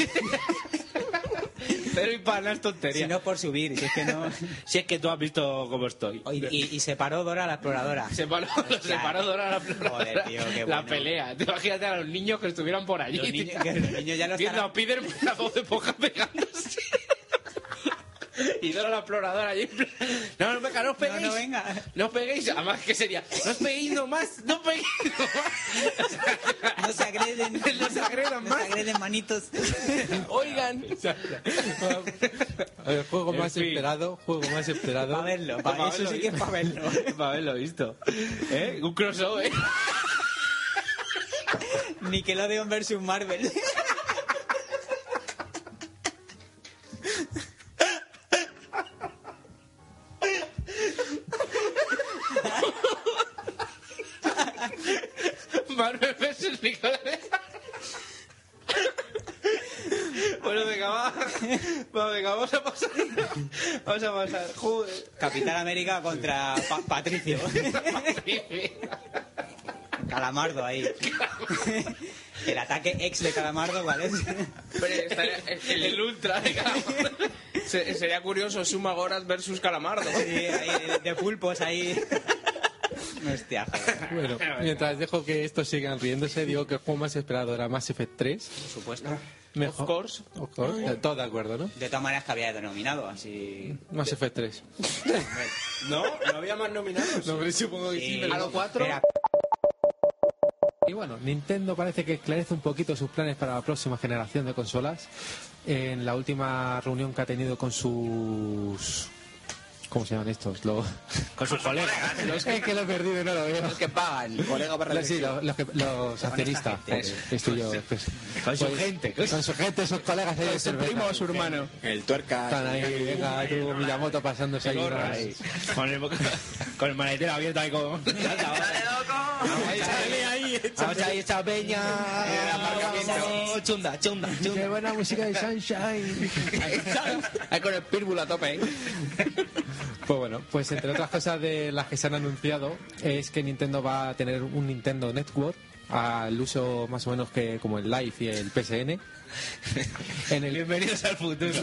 Pero y para las tonterías.
Si no por subir, si es que no.
Si es que tú has visto cómo estoy.
Y, y, y se paró Dora la exploradora.
Se paró,
Hostia.
se paró Dora la
Joder, tío, qué
la
bueno.
pelea. Te imagínate a los niños que estuvieran por allí.
Los niños- que los niños ya no
Viendo
estarán-
a Spiderman a voz de poca pegándose. y Dora la exploradora allí. en plan, No, no, venga, no os peguéis.
No, no, venga.
No os peguéis. Además, que sería? No os peguéis nomás. No os peguéis nomás.
No se agreden.
No se agredan
No
más.
se agreden manitos.
Oigan.
El Eh, juego
En
más
fin.
esperado, juego más esperado.
Para verlo, pa-
Pa'
eso sí que es para verlo.
Para haberlo visto. ¿Eh? Un crossover.
Nickelodeon versus Marvel.
Marvel vs. Nickelodeon. Bueno, venga, va. Va, venga, vamos a pasar. Vamos a pasar. Joder.
Capitán América contra Pa- Patricio. Calamardo ahí. El ataque ex de Calamardo, ¿cuál es?
Pero estaría- el, el-
ultra.
se- sería curioso Sumagoras versus Calamardo.
Sí, ahí, de- de pulpos ahí. Hostia, joder.
Bueno, mientras dejo que estos sigan riéndose, digo que el juego más esperado era Mass Effect 3.
Por supuesto.
Mejor.
Of course.
Of course. Todo de acuerdo, ¿no?
De todas maneras que había denominado, así.
Mass Effect 3.
No, no había más nominados.
No, pero supongo que sí,
Eh,
pero-
A los cuatro.
Era
Y bueno, Nintendo parece que esclarece un poquito sus planes para la próxima generación de consolas. En la última reunión que ha tenido con sus... ¿Cómo se llaman estos? Los...
Con sus colegas.
Es que lo he perdido, no lo veo.
los que pagan, colega para
Los, sí, los, los que- los accionistas.
esta gente.
Joder, estoy yo, pues.
Con su
Pues,
gente.
Con su gente, sus colegas. ahí de cerveza.
su hermano.
El tuerca.
Están ahí, venga, tú, Miyamoto pasándose ahí.
Gorra
unas-
ahí. Con el, con el maletero abierto ahí con... Dale ahí,
Vamos ahí, esta peña.
Vamos, chunda, chunda,
Qué
chunda.
buena música de Sunshine.
Ahí con el pírbulo a tope. ¿eh?
Pues bueno, pues entre otras cosas de las que se han anunciado es que Nintendo va a tener un Nintendo Network al uso más o menos que como el Live y el PSN. En el,
Bienvenidos al futuro.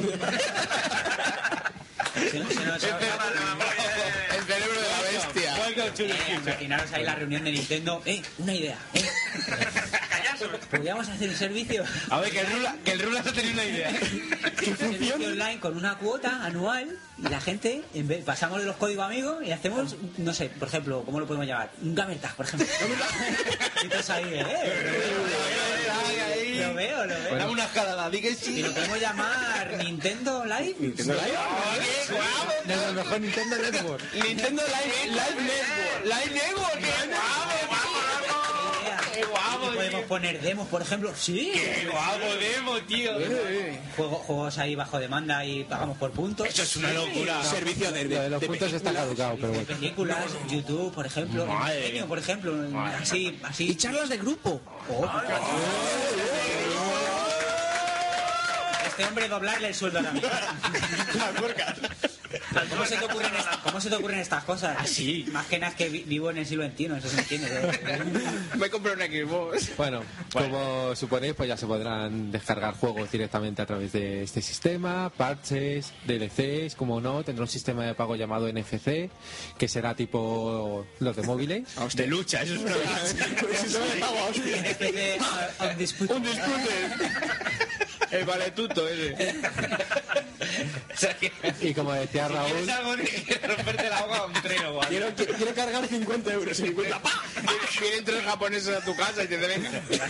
El cerebro de la bestia.
Welcome to the future.
Imaginaros ahí la reunión de Nintendo. ¡Eh! Una idea. Eh. Podríamos hacer un servicio,
A ver, que el Rula, que el Rula no tenía una idea.
un servicio online con una cuota anual y la gente, en vez, pasamos de los códigos amigos y hacemos, no sé, por ejemplo, ¿cómo lo podemos llamar? Un gamertag, por ejemplo. y todos ahí, eh, Lo veo, lo veo.
Dame una escalada, di que sí.
Y lo podemos llamar Nintendo Live.
en el mejor Nintendo Network.
Nintendo Live, Live Network. Live Network, qué guapo,
Idea.
Qué guapo,
Y podemos
tío.
poner demos, por ejemplo. Sí.
tío. Qué guapo, Demo, tío.
Juego- juegos ahí bajo demanda y pagamos por puntos.
Eso es una locura. Servicio
Lo de los puntos está caducado, pero bueno.
Películas, YouTube, por ejemplo,
Madre
Ingenio,
mía.
por ejemplo, así, así. Oh, Y charlas de grupo. Este hombre doblarle el sueldo ahora mismo.
Las puercas.
¿Cómo se, te ocurren est- cómo se te ocurren estas cosas?
Ah,
Así. Más que nada es que vi- vivo en el siglo XXI, eso se entiende.
Me compré un Xbox.
Bueno, como suponéis, pues ya se podrán descargar juegos directamente a través de este sistema, parches, DLCs, como no, tendrá un sistema de pago llamado NFC, que será tipo los de móviles.
de lucha, eso es una
Un discute.
Un El valetuto ese.
Y como decía Raúl,
romperte la boca a un tren o algo.
Quiero, quiero cargar 50 euros. 50. ¡pa! Vienen tres japoneses a tu casa y te deben...
pues,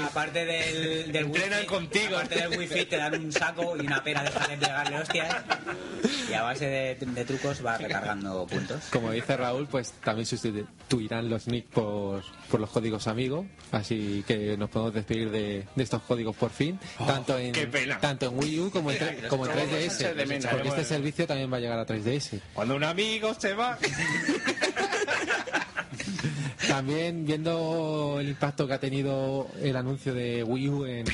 Aparte del, del
Entrenan
wifi,
contigo.
aparte del wifi te dan un saco y una pera de dejarle pegarle hostias. Y a base de, de trucos va recargando puntos.
como dice Raúl, pues también sustituirán los nick por, por los códigos amigos, así que nos podemos despedir de, de estos códigos por fin, tanto en
Oh, qué pena.
tanto en Wii U como en, tre- como en
Todos los
3DS,
echaremos de menos.
porque este servicio también va a llegar a 3DS.
Cuando un amigo se va.
También viendo el impacto que ha tenido el anuncio de Wii U en.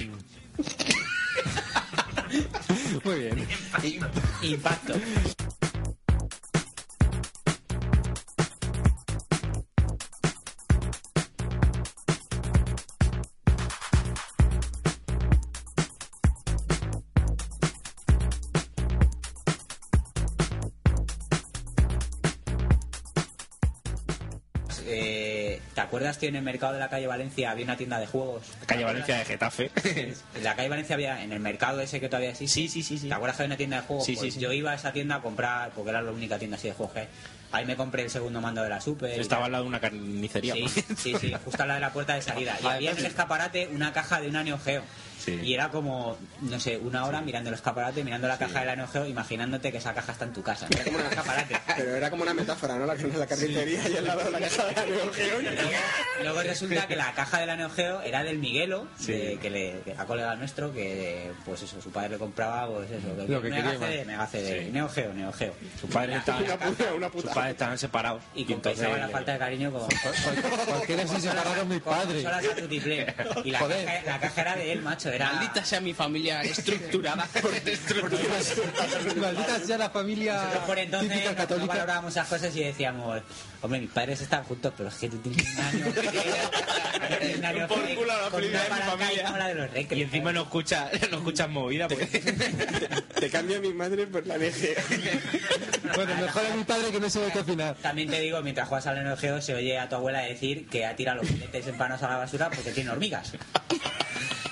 Muy bien.
Impacto. Eh, ¿Te acuerdas que en el mercado de la calle Valencia había una tienda de juegos?
Calle Valencia de Getafe.
En la calle Valencia había, en el mercado ese que todavía existe. Sí, sí, sí. ¿Te acuerdas que había una tienda de juegos?
Sí,
Pues
sí, sí.
Yo iba a esa tienda a comprar, porque era la única tienda así de juegos que hay. Ahí me compré el segundo mando de la Super. y
Estaba
tal.
al lado de una carnicería.
Sí,
por cierto.
sí, sí, justo al lado de la puerta de salida.
Ah,
Y había en el escaparate una caja de una Neo Geo.
Sí.
Y era como, no sé, una hora mirando el escaparate, mirando la caja de la Neo Geo, imaginándote que esa caja está en tu casa. Era como un escaparate.
Pero era como una metáfora, ¿no? La, la carnicería y al lado de la casa de la Neo Geo.
Luego resulta que la caja de la Neo Geo era del Miguelo, de- que le que era colega nuestro, que pues eso, su padre le compraba, pues eso,
Lo que
Mega
quería,
CD,
man.
Mega CD,
Sí.
Neo Geo, Neo Geo.
Sus padres estaban, sus padres estaban separados.
Y compensaba la falta de cariño con...
¿Por qué no se separaron mis padres?
consolas a tutiplén. Y la
Joder.
caja, la caja era de él, macho, era...
Maldita sea mi familia estructurada.
Maldita sea la familia
Nosotros por entonces
típica
no- no
católica.
valorábamos esas cosas y decíamos, hombre, mis padres están juntos, pero es que tú tienes un año. que- tienes un año
Por
que-
culo a la
con
felicidad
una
de mi
palanca
familia.
y no la de los recreos.
Y encima no escuchas no escuchas movida. pues. Porque...
Te cambio a mi madre por la Neo Geo.
Bueno, mejor a mi padre que no se ve cocinar.
También te digo, mientras juegas al enojeo se oye a tu abuela decir que ha tirado los filetes empanados a la basura porque tiene hormigas.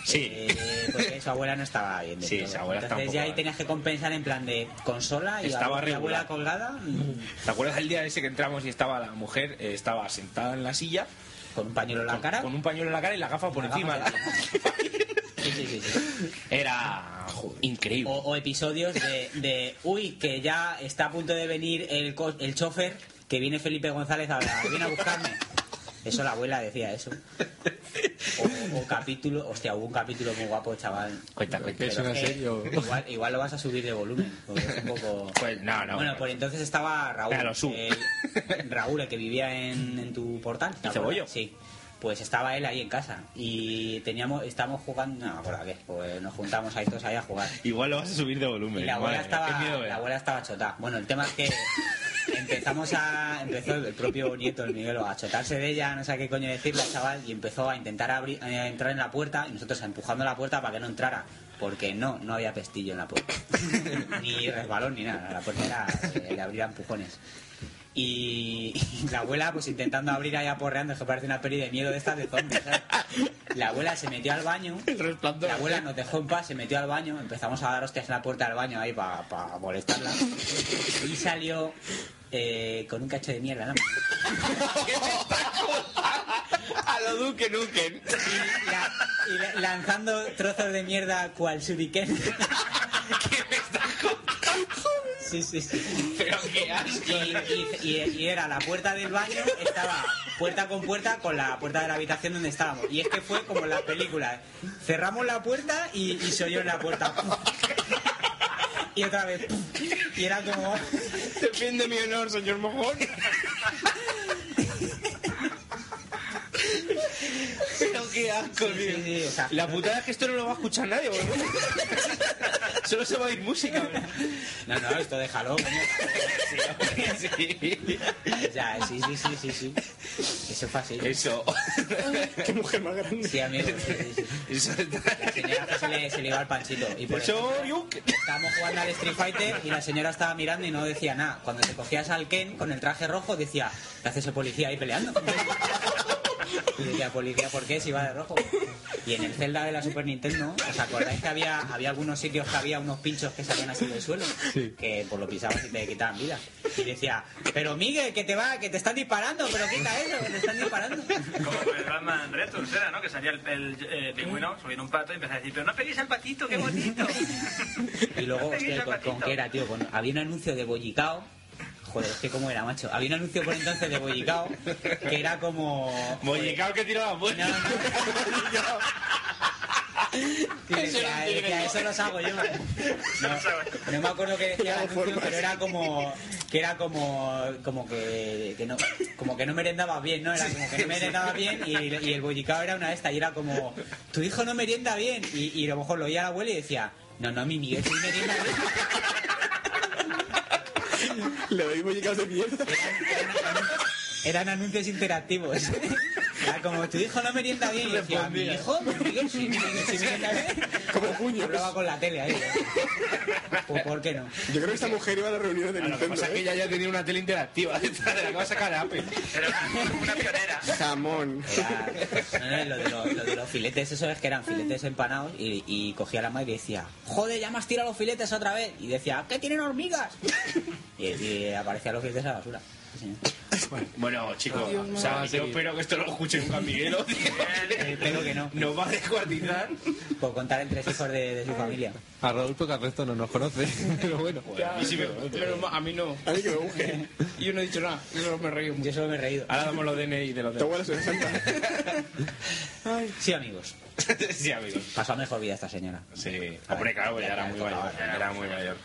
Sí.
Eh, porque su abuela no estaba bien. del
Sí,
todo.
su abuela está un
Entonces
poco
ya ahí
mal.
tenías que compensar en plan de consola y
Estaba
abuela-
regular.
abuela colgada mm,
¿Te acuerdas del día ese que entramos y estaba la mujer, eh, estaba sentada en la silla,
con un pañuelo en la
con-
cara.
con un pañuelo en la cara y ¿Ah? la gafa por
Una
encima?
gafa de- Sí, sí, sí, sí.
Era jo,
O,
increíble.
o episodios de, de, uy, que ya está a punto de venir el, co- el chofer, que viene Felipe González ahora, viene a buscarme. Eso la abuela decía eso. O, o capítulo, hostia, hubo un capítulo muy guapo, chaval.
Cuenta, cuenta.
Es una
que
serie. o-
Igual, igual lo vas a subir de volumen. porque es un poco-
Pues no, no.
bueno, por entonces estaba Raúl.
Claro, sub.
el- Raúl, el que vivía en, en tu portal. ¿te
¿El
acuerdas?
cebollo?
Sí. Pues estaba él ahí en casa. Y teníamos, estábamos jugando, no me acuerdo a qué, pues nos juntamos ahí todos ahí a jugar.
Igual lo vas a subir de volumen.
Y la abuela,
Madre mía, qué miedo
estaba,
me
la
da.
abuela estaba chota. Bueno, el tema es que empezamos a. Empezó el propio nieto, el Miguelo, a chotarse de ella, no sé qué coño decirle, chaval, y empezó a intentar abrir, a entrar en la puerta y nosotros empujando la puerta para que no entrara. Porque no, no había pestillo en la puerta. ni resbalón ni nada. La puerta era eh, de abrir a empujones. Y, y la abuela, pues intentando abrir ahí aporreando, es que parece una peli de miedo de estas de zombies. ¿sabes? La abuela se metió al baño. La abuela nos dejó en paz, se metió al baño, empezamos a dar hostias en la puerta del baño ahí para molestarla. Y salió eh, con un cacho de mierda, ¿no?
A lo Duque Nukem.
Y, la- y la- lanzando trozos de mierda cual shuriken. Sí, sí, sí.
Pero qué asco.
Y, y- y- y era la puerta del baño, estaba puerta con puerta con la puerta de la habitación donde estábamos. Y es que fue como en las películas. Cerramos la puerta y, y se oyó en la puerta. Y otra vez. Y era como...
Defiende mi honor, señor mojón.
Pero qué asco,
Sí, sí,
tío.
sí, o sea,
La putada es que esto no lo va a escuchar nadie, boludo. Solo se va a oír música. No, no, esto déjalo. coño. Sí, sí. Ya, sí, sí, sí, sí, sí. Eso es fácil. Eso. Qué mujer más grande. Sí, amigo. Sí, sí, sí.
La señora que se le, se le iba al panchito. Y por eso estábamos jugando al Street Fighter y la señora estaba mirando y no decía nada. Cuando te cogías al Ken con el traje rojo decía, ¿qué hace ese policía ahí peleando? Y decía, policía, ¿por qué? Si va de rojo. Y en el Zelda de la Super Nintendo, ¿os acordáis que había, había algunos sitios que había unos pinchos que salían así del suelo? Que por lo pisabas y te quitaban vida. Y decía, pero Miguel, que te va, que te están disparando, pero quita eso, que te están disparando.
Como el Batman Returns era, ¿no? Que salía el, el, eh, pingüino subiendo un pato y empezaba a decir, pero no peguéis al patito, qué bonito.
Y luego, hostia, ¿con, con qué era, tío? Con- había un anuncio de Bollicao. Joder, es que cómo era, macho. Había un anuncio por entonces de Bollicao que era como... pues, Bollicao que tiraba muerto. eso los hago yo. No, no me acuerdo qué decía el anuncio, pero era como que era como como que, que no como que no merendabas bien, ¿no? Era como que no merendabas bien y, y el bollicao era una de estas y era como tu hijo no merienda bien y, y a lo mejor lo oía la abuela y decía no, no, mi Miguel sí merienda bien. Le doy bollicaos de mierda. Eran anuncios interactivos. Era como tu hijo no merienda bien y decía, mi hijo, mi Miguel sí, mi Miguel sí merienda bien. Como puño. Hablaba con la tele ahí. Pues, ¿Por qué no?
Yo creo que esta mujer iba a las reuniones de
Lo que
Nintendo.
pasa es que
¿eh?
ella ya tenía una tele interactiva. La acaba de sacar a Apple.
Jamón.
No, no, Ah, lo, de los, lo de los filetes, eso es que eran filetes empanados y, y cogía la madre y decía, joder, ya me has tirado los filetes otra vez. Y decía, ¿qué tienen hormigas? Y, y aparecían los filetes a la basura.
Bueno, chicos,
Dios,
o sea,
no.
yo espero que esto lo escuche nunca Miguel. Eh,
Espero que no.
Nos va a descuartizar.
Por contar entre hijos de, de su familia.
A Rodolfo que al resto no nos conoce, pero bueno.
Ya, pero- pero ma- a mí no. A mí que me busque. Yo no he dicho nada. Yo solo me he reído.
Yo solo me he reído.
Ahora damos los DNI de los
Tu abuela se
Sí, amigos.
Sí, amigos.
Pasó a mejor vida esta señora.
Sí. Hombre, claro, ya era muy mayor. Era muy mayor.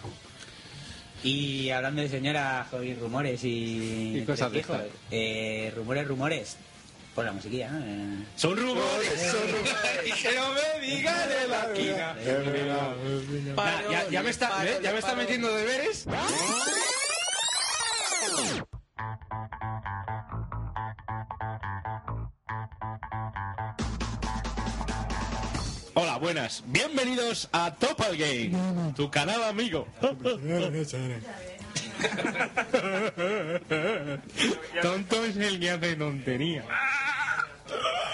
Y hablando de señoras y rumores y,
Y cosas de
hijos,
estas.
eh, rumores, rumores. Por la musiquilla, ¿no? Eh,
Son rumores,
son
rumores. Que no me digan en la esquina. Nah, ya, ya me está, ¿ves? ya me está metiendo deberes. Hola, buenas. Bienvenidos a Topal Game, tu canal amigo. Tonto es el que hace tontería.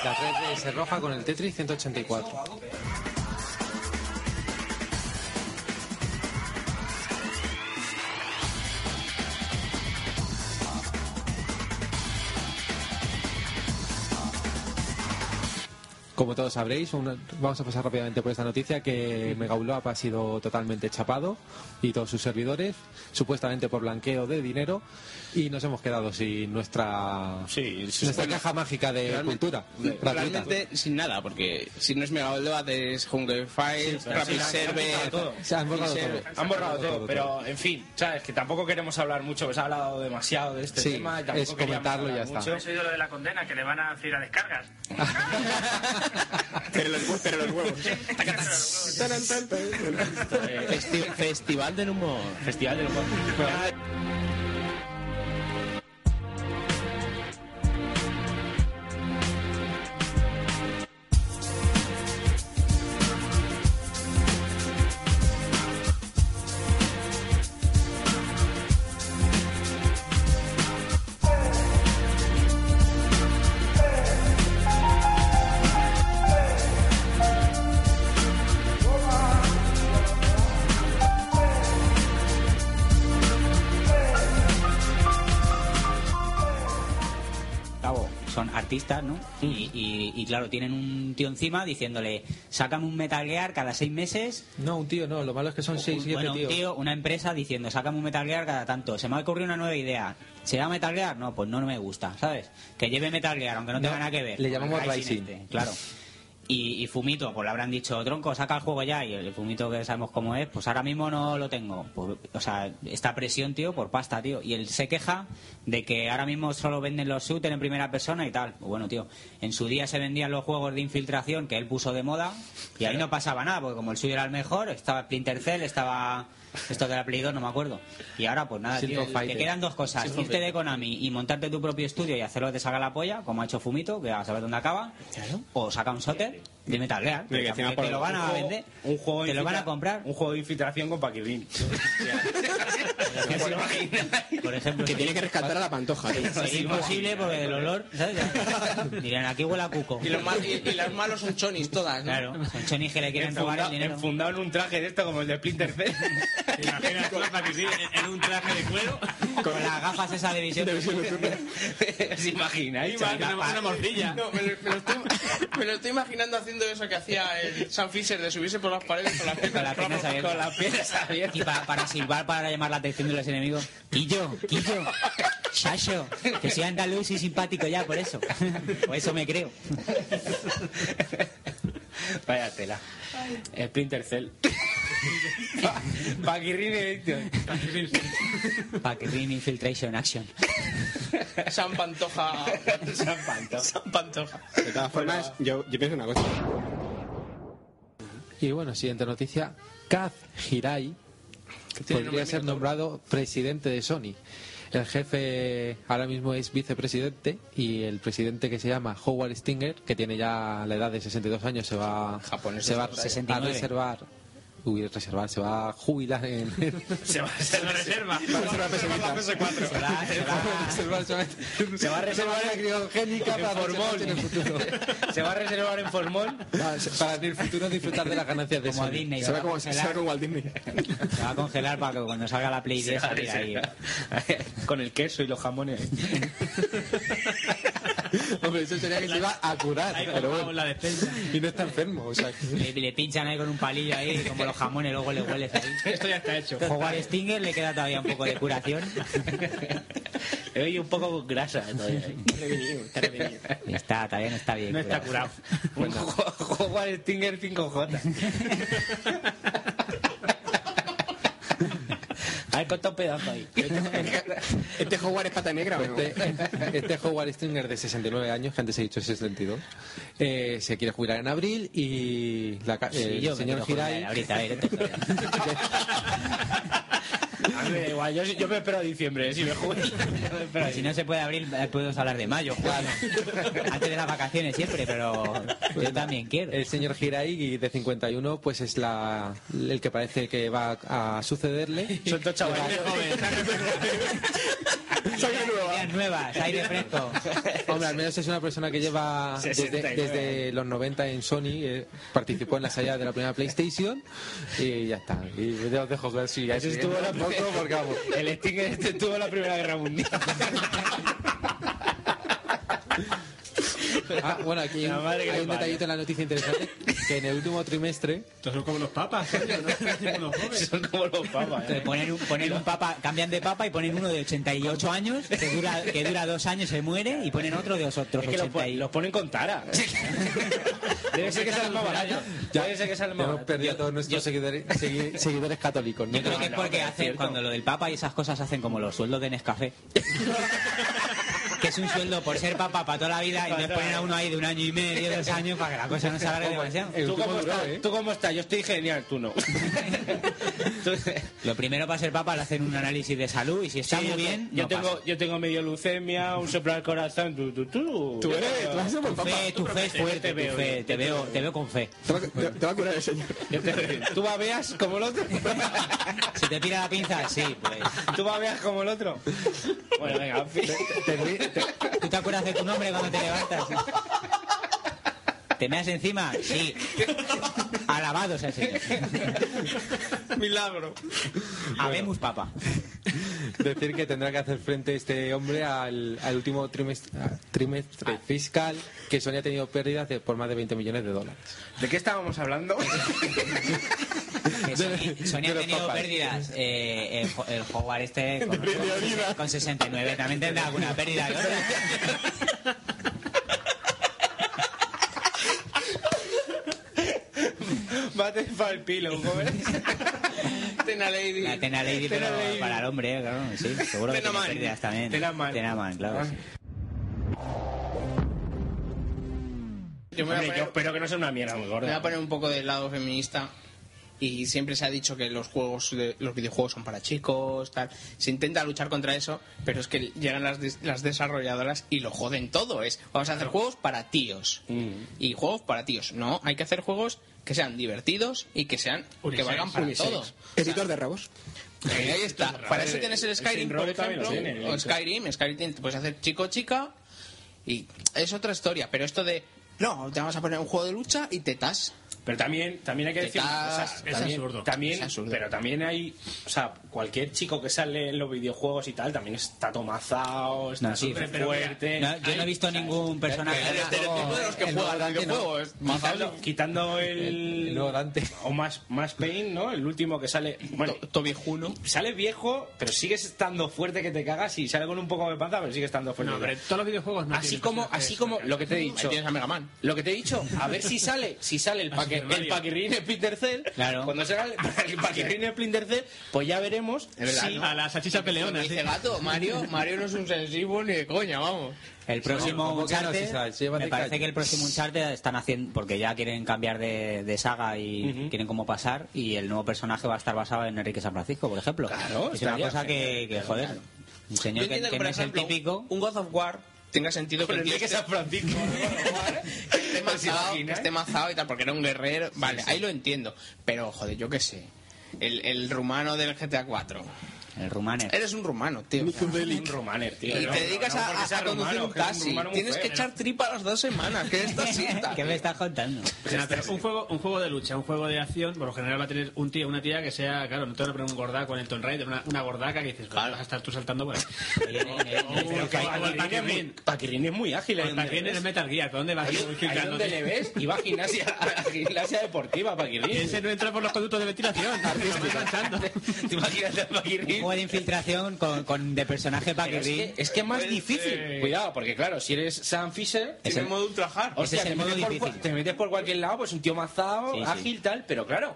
La 3 se roja con el Tetris 184. Como todos sabréis, una- vamos a pasar rápidamente por esta noticia que Megaulop ha sido totalmente chapado y todos sus servidores, supuestamente por blanqueo de dinero, y nos hemos quedado sin nuestra,
se
nuestra
supone-
caja mágica de
Realmente-
cultura. gratuita.
Realmente sin nada, porque si no es Mega Download, es Jungle File,
Sí, pero
Rapid
sí,
Server.
han borrado todo.
Se han borrado
Server.
todo.
Han borrado todo,
todo,
pero en fin, sabes que tampoco queremos hablar mucho, pues ha hablado demasiado de este
Sí,
tema y tampoco
es comentarlo y ya
queríamos hablar
He oído lo de la condena, que le van a hacer a descargas.
Pero los, hue- pero los huevos. Taran, tan, tan. Eh, Festi- Festival del humor. Festival del humor.
cabo, son artistas, ¿no?
Mm.
Y, y- y, claro, tienen un tío encima diciéndole, sácame un Metal Gear cada seis meses.
No, un tío, no, lo malo es que son seis, siete
bueno, un
tíos.
tío, una empresa diciendo, sácame un Metal Gear cada tanto. Se me ha ocurrido una nueva idea. ¿Se llama Metal Gear? No, pues no, no me gusta, ¿sabes? Que lleve Metal Gear, aunque no, tenga nada que ver.
le llamamos
Rising
Rising.
este, claro. Y, y Fumito, pues le habrán dicho, tronco, saca el juego ya. Y el Fumito, que sabemos cómo es, pues ahora mismo no lo tengo. Pues, o sea, esta presión, tío, por pasta, tío. Y él se queja de que ahora mismo solo venden los shooters en primera persona y tal. Pues bueno, tío, en su día se vendían los juegos de infiltración que él puso de moda y ahí no pasaba nada, porque como el suyo era el mejor, estaba Splinter Cell, estaba esto de la Play 2, no me acuerdo. Y ahora, pues nada,
Street
tío,
of
te
Fighter.
quedan dos cosas.
Street of
irte de Konami y montarte tu propio estudio y hacerlo que te salga la polla, como ha hecho Fumito, que a saber dónde acaba. O saca un soter de Metal Gear.
Mira, que
que
encima
te
por-
lo van
un
a
juego-
vender.
un juego
Te lo van a
infiltra-
comprar.
Un juego de infiltración con Paquilín.
Por ejemplo,
Que tiene que rescatar a la
pantoja.
tío.
Es imposible porque del olor, ¿sabes? Dirían, aquí huele a cuco.
Y los, mal- y- y las malos son chonis todas, ¿no?
Claro, son chonis que le quieren robar el
Enfundado,
dinero.
enfundado en un traje de esto como el de Splinter Cell.
en un traje de cuero. Con las gafas esa de visión.
¿Os imagináis? chaval?
No, me, lo, me lo estoy, me lo estoy imaginando haciendo eso que hacía el Sam Fisher de subirse por las paredes con las piernas,
las piernas abiertas.
con las piernas abiertas.
Y pa- para silbar, para llamar la atención de los enemigos. Quillo, Quillo, Chacho, que soy andaluz y simpático ya, por eso. Por eso me creo.
Vaya tela. Splinter Cell. Paquirrin Edition.
Paquirrin Infiltration Action.
San Pantoja. San Pantoja. San Pantoja.
De todas formas, yo, yo pienso una cosa.
Y bueno, siguiente noticia. Kaz Hirai podría ser nombrado presidente de Sony. El jefe ahora mismo es vicepresidente y el presidente que se llama Howard Stinger, que tiene ya la edad de 62 años, se va, se va a
69.
reservar. Uy, reservar, se va a jubilar en.
Se va a hacer la reserva.
Se va- se va a reservar, se va-
Se va a reservar
la criogénica
en
para
Formol.
en el futuro.
Se va a reservar en Formol.
Para, para en el futuro disfrutar de las ganancias de
Como a
Sony.
Disney, Se va ¿verdad? como- se va como
Walt Disney.
Se va a congelar para que cuando salga la Play
Se
10
va a
salir ahí.
reservar. Con el queso y los jamones.
Hombre, eso sería que se iba a curar. pero bueno.
la despensa.
Y no está enfermo, o sea. que-
Le, le pinchan ahí con un palillo ahí, como los jamones, luego le hueles ahí.
Esto ya está hecho.
Howard Stinger le queda todavía un poco de curación.
Le doy un poco con grasa todavía.
Está, todavía no está bien.
No está curado. Un jo- Howard Stinger 5J. A ver, corta un pedazo ahí.
Este Howard es pata negra, ¿o no?
Este, este Howard Stringer de 69 años, que antes he dicho 62, eh, se quiere jubilar en abril y la, ca-
Sí,
eh,
yo
el
me
señor
quiero jubilar
Hirai...
ahorita, a ver, esto es
A mí me da igual, yo, yo me espero a diciembre, ¿eh? si me juego.
Pero si no se puede abrir, eh, podemos hablar de mayo, Juan. Antes de las vacaciones siempre, pero yo también quiero.
El señor Hirai de 51 pues es la, el que parece que va a sucederle.
Son dos chavales
Ideas nuevas, aire fresco.
Hombre, al menos es una persona que lleva desde,
69.
desde los 90 en Sony, eh, participó en la salida de la primera PlayStation y ya está. Y ya os dejo que si
Ese estuvo la-
poco porque vamos.
El Stinger este tuvo la Primera Guerra Mundial.
Ah, bueno, aquí hay
La
un,
madre que
hay
me
un
parió.
detallito en la noticia interesante que en el último trimestre
Estos son como los papas, coño, ¿no? Como los jóvenes.
Son como los papas.
Entonces, poner un, poner un papa, cambian de papa y ponen uno de 88 años, que dura, que dura dos años, se muere, y ponen otro de los otros
Es que los,
80
pon-
y-
los ponen con tara. Debe ser que salen más baratos. Debe ser que salen más
hemos
baratos.
perdido a todos nuestros seguidores, segui- seguidores católicos. ¿no?
Yo creo que es porque hacen, cuando lo del Papa y esas cosas hacen como los sueldos de Nescafé. que es un sueldo por ser Papa para toda la vida y les ponen a uno ahí de un año y medio, dos años, para que la cosa no se alargue demasiado.
¿Tú cómo, estás?
¿eh?
¿Tú cómo estás? Yo estoy genial, tú no.
Lo primero para ser Papa le hacen un análisis de salud y si está
Sí,
muy
yo te-
bien,
yo,
no pasa.
tengo, yo tengo medio leucemia, un soplo al corazón. Tú, tú, tú.
Tú eres, tú vas a ser buen
Tu
papa.
fe, tu fe es
Yo te
fuerte, tu
veo,
fe,
yo
te
te
veo,
veo.
te veo con fe.
Te va, te- te va a curar el señor.
Yo te veo. ¿Tú babeas como el otro?
Si te tira la pinza, sí, pues.
¿Tú babeas como el otro? Bueno, venga, en fin.
¿Tú te acuerdas de tu nombre cuando te levantas? ¿Te meas encima? Sí. Alabado sea el Señor.
Milagro.
Habemos Papa.
Decir que tendrá que hacer frente este hombre al, al último trimestre,
Ah.
trimestre fiscal que Sony ha tenido pérdidas de, por más de 20 millones de dólares.
¿De qué estábamos hablando?
Que Sony, Sony
de
ha
los
tenido
papas.
pérdidas. Eh, el, jo- el Howard este con, con 69 también tendrá alguna pérdida. ¿no?
combate para el pilo, jóvenes. Tena Lady.
La Tena Lady,
Tena
pero
Lady.
para el hombre, eh, claro, sí, seguro que tiene
Tena Man.
pérdidas también.
Tena Man.
Tenaman, claro. sí.
Yo, me voy a
Hombre,
poner-
yo espero que no sea una mierda muy
Me voy
gorda.
a poner un poco del lado feminista. Y siempre se ha dicho que los juegos, de- los videojuegos son para chicos, tal. Se intenta luchar contra eso, pero es que llegan las, des- las desarrolladoras y lo joden todo. Es, vamos a hacer juegos para tíos.
Mm.
Y juegos para tíos. No, hay que hacer juegos que sean divertidos y que sean que
Unisex,
valgan para
unisex.
todos.
Editor de rabos.
Eh, ahí está. Para eso tienes el
El
Skyrim, por
Enroll también lo
ejemplo.
tiene,
O
el-
Skyrim, Skyrim te puedes hacer chico-chica y es otra historia. Pero esto de, no, te vamos a poner un juego de lucha y tetas.
Pero también, también hay que decir una cosa,
Tetas,
también-
también-
También,
es absurdo.
Pero también hay. O sea, cualquier chico que sale en los videojuegos y tal también está tomazado, está
No, sí,
súper
pero-
fuerte.
No, yo no he visto ningún personaje.
El estereotipo de los que juegan videojuegos. Quitando, quitando el. O más, más Pain, ¿no? El último que sale. Bueno,
viejuno.
Sale viejo, pero sigues estando fuerte que te cagas y sale con un poco de panza, pero sigue estando fuerte.
No, hombre, todos los videojuegos no
Así
tienen
como,
personajes
así como lo que te he dicho.
Ahí tienes a Mega Man.
Lo que te he dicho, a ver si sale, si sale el, paque, el paquirrín Splinter Cell. Cuando salga el, el paquirrín Splinter Cell, pues ya veremos.
verdad, ¿no?
la salchicha
Me dice gato, Mario, Mario no es un sensivo ni de coña, vamos.
El próximo
¿Cómo que no?
Uncharted,
Si sabes, si llevan
me
de
parece
calle.
que el próximo Uncharted están haciendo, porque ya quieren cambiar de, de saga y quieren cómo pasar, y el nuevo personaje va a estar basado en Enrique San Francisco, por ejemplo. es una
estaría
cosa que,
genial,
que,
claro,
joder,
claro.
un
Yo
señor que,
entiendo
que
por
no es el
ejemplo,
típico.
Un God of War tenga sentido que
Pero
el tío
Enrique
esté-
San Francisco.
que esté mazado, que esté mazado y tal, porque era un guerrero. Vale, ahí lo entiendo. Pero, joder, yo qué sé. El, el rumano del GTA 4.
El rumaner.
Eres un rumano, tío.
Un rumaner, tío.
y
No,
te
no,
dedicas
no,
a-
porque
a,
sea
a conducir
rumano,
un
que es
taxi.
rumano muy
Tienes
feo.
que echar tripa las dos semanas. Que esto sí está.
¿Qué me estás contando?
Nada, pero un juego, un juego de lucha, un juego de acción, por lo general va a tener un tío, una tía que sea, claro, no te van a poner un gordaco en el Tomb Raider, una, una gordaca que dices, "Pues vas a estar tú saltando por ahí.
Pero Oh, que Paquirrín es muy- Paquirrín es muy ágil. ¿eh?
El Paquirrín es Metal Gear, ¿para dónde vas?
Ahí, ahí donde le ves, iba a gimnasia, a gimnasia deportiva, Paquirrín.
Ese no entra por los conductos de ventilación.
¿Te imaginas a
Un
Paquirrín?
juego de infiltración con, con- de personaje
Pero es,
paquirrín.
que, es que es más
Pues,
difícil.
eh,
Cuidado, porque claro, si eres Sam Fisher,
Es el-
modo ultrajar.
ese es el modo
metes por
difícil.
cua- te metes por cualquier lado, pues un tío mazado,
Sí, sí.
ágil, tal, pero claro,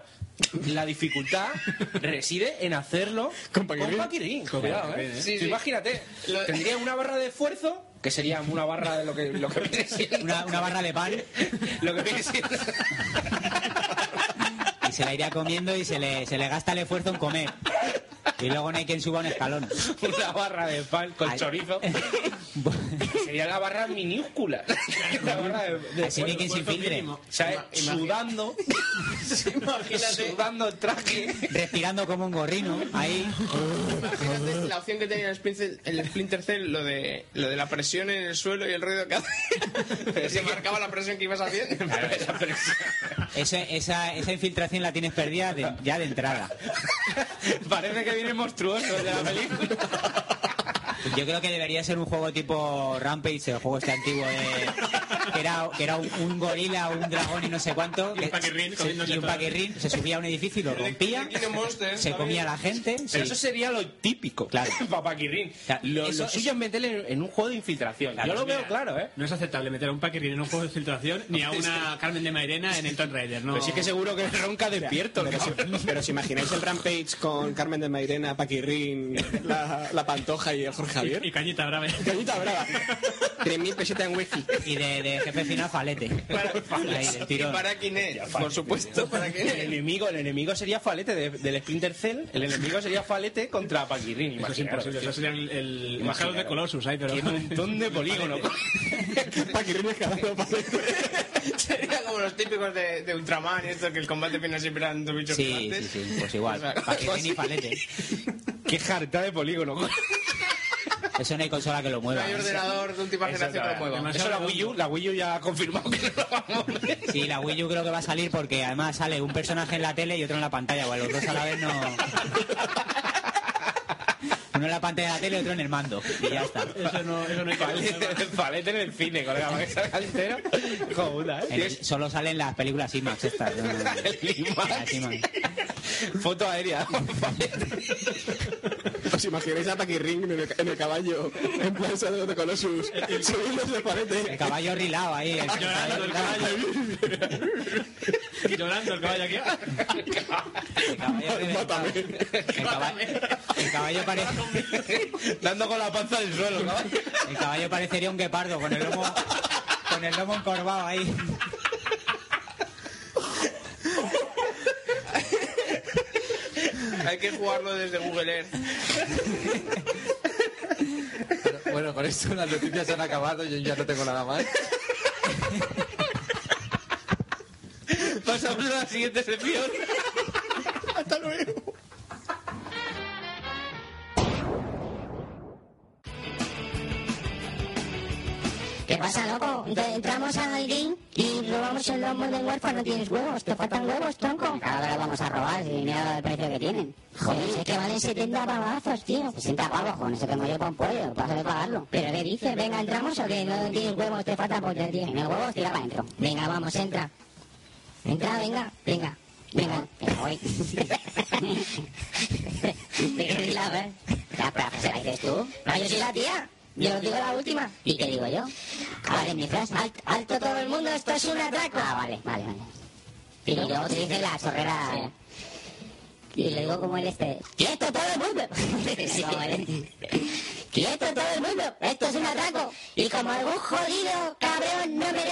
la dificultad reside en hacerlo con
Paquirrín.
Paquirrín.
Con
Cuidado,
Paquirrín,
¿eh?
¿eh?
Tú
Sí, sí.
Imagínate, tendría una barra de esfuerzo, que sería una barra de lo que, lo que viene siendo.
Una, una barra de pan
Lo que viene siendo.
y se la iría comiendo y se le, se le gasta el esfuerzo en comer. Y luego no hay quien suba un escalón.
Una barra de pan con chorizo. Sería la barra minúscula. La barra de, de
Así que quien se infiltre.
O sea, eh, sudando. Imagínate. Sudando el traje.
Respirando como un gorrino. Ahí.
Imagínate la opción que tenía el Splinter, el Splinter Cell, lo de, lo de la presión en el suelo y el ruido que hace. Se marcaba la presión que ibas haciendo.
Esa, esa, esa infiltración la tienes perdida de- ya de entrada.
Parece que viene monstruoso de la película.
Yo creo que debería ser un juego tipo Rampage, el juego este antiguo de... Que era, que era un, un gorila, un dragón y no sé cuánto. que- se- Y un
paquirrín comiéndose todo.
paquirrín, se subía a un edificio y lo rompía. Se comía a la gente.
Pero
sí.
eso sería lo típico. Claro. Papaquirrín. Lo,
eso-
lo suyo es meterle en, en un juego de infiltración. Yo lo veo claro, ¿eh?
No es aceptable meter a un Paquirrín en un juego de filtración ni a una Carmen de Mairena en el Tomb Raider, ¿no?
Pero sí que seguro que ronca despierto.
Pero si, pero si imagináis el Rampage con Carmen de Mairena, Paquirrín, la, la Pantoja y el Jorge Javier.
Y, y Cañita Brava.
Cañita brava. 3.000 pesetas en wiki.
Y de, de jefe final, falete. Ahí, del tirón.
para Kinect, por supuesto, para
El
Kinect.
enemigo, el enemigo sería Falete de- del Splinter Cell. El enemigo sería Falete contra Paquirrín.
Eso es
imaginaros,
imposible,
tío.
eso sería el, el
Imaginaros.
Shadow de Colossus, ahí, pero...
Qué montón de polígonos. Paquirrín
Sería como los típicos de, de Ultraman y esto, que el combate final siempre eran dos bichos
Sí, sí,
gigantes.
sí, pues igual.
O sea,
Paquirrín y
así.
falete.
Qué jarta de polígonos.
Eso no hay consola que lo
No
mueva.
hay ordenador de última
Eso,
generación que lo mueva.
eso la Wii U, la Wii U ya ha confirmado que no lo vamos a ver.
Sí, la Wii U creo que va a salir porque además sale un personaje en la tele y otro en la pantalla. Bueno, los dos a la vez no. Uno en la pantalla de la tele y otro en el mando. Y ya está.
Eso no, eso no hay
Palete, palete en el cine, colega, para que salga entero. Joder,
En el- solo salen las películas IMAX estas. ¿no?
El IMAX.
Las IMAX.
Foto aérea. ¿Os imagináis a Paquirring en el, en el caballo? En plan saludo de Colossus. Subiendo el parete.
El caballo rilado ahí. el-
Llorando el
Llorando el caballo aquí.
Mátame.
El caballo parece. Dando con la panza del suelo, El caballo parecería un guepardo con el lomo, con el lomo encorvado ahí.
Hay que jugarlo desde Google Earth.
Bueno, con esto las noticias se han acabado, yo ya no tengo nada más.
Pasamos a la siguiente sección.
Hasta luego.
¿Qué pasa, loco? Te- Entramos al game y robamos el lomo de Warfare. No tienes huevos, te faltan huevos, tronco. Ahora lo vamos a robar y mira el precio que tienen. Joder, es que valen 70 pavazos, tío. 60 pavos, con eso tengo yo para un pollo. Paso de pagarlo. ¿Pero qué dices? Venga, entramos o que no tienes huevos, te faltan porque tienes no huevos, tira para adentro. Venga, vamos, entra. Entra, venga, venga. Venga, venga, voy. ¿De qué la ves? La frase se la dices tú. No, yo soy la tía. Yo digo la última. ¿Y qué digo yo? Vale, mi frase. Alto, alto todo el mundo, esto es un atraco. Ah, vale, vale, vale. Y luego te dice la chorrera. Y le digo como el este. ¡Quieto todo el mundo! Sí, como el- ¡Quieto todo el mundo! ¡Esto es un atraco! Y como algún jodido cabrón no me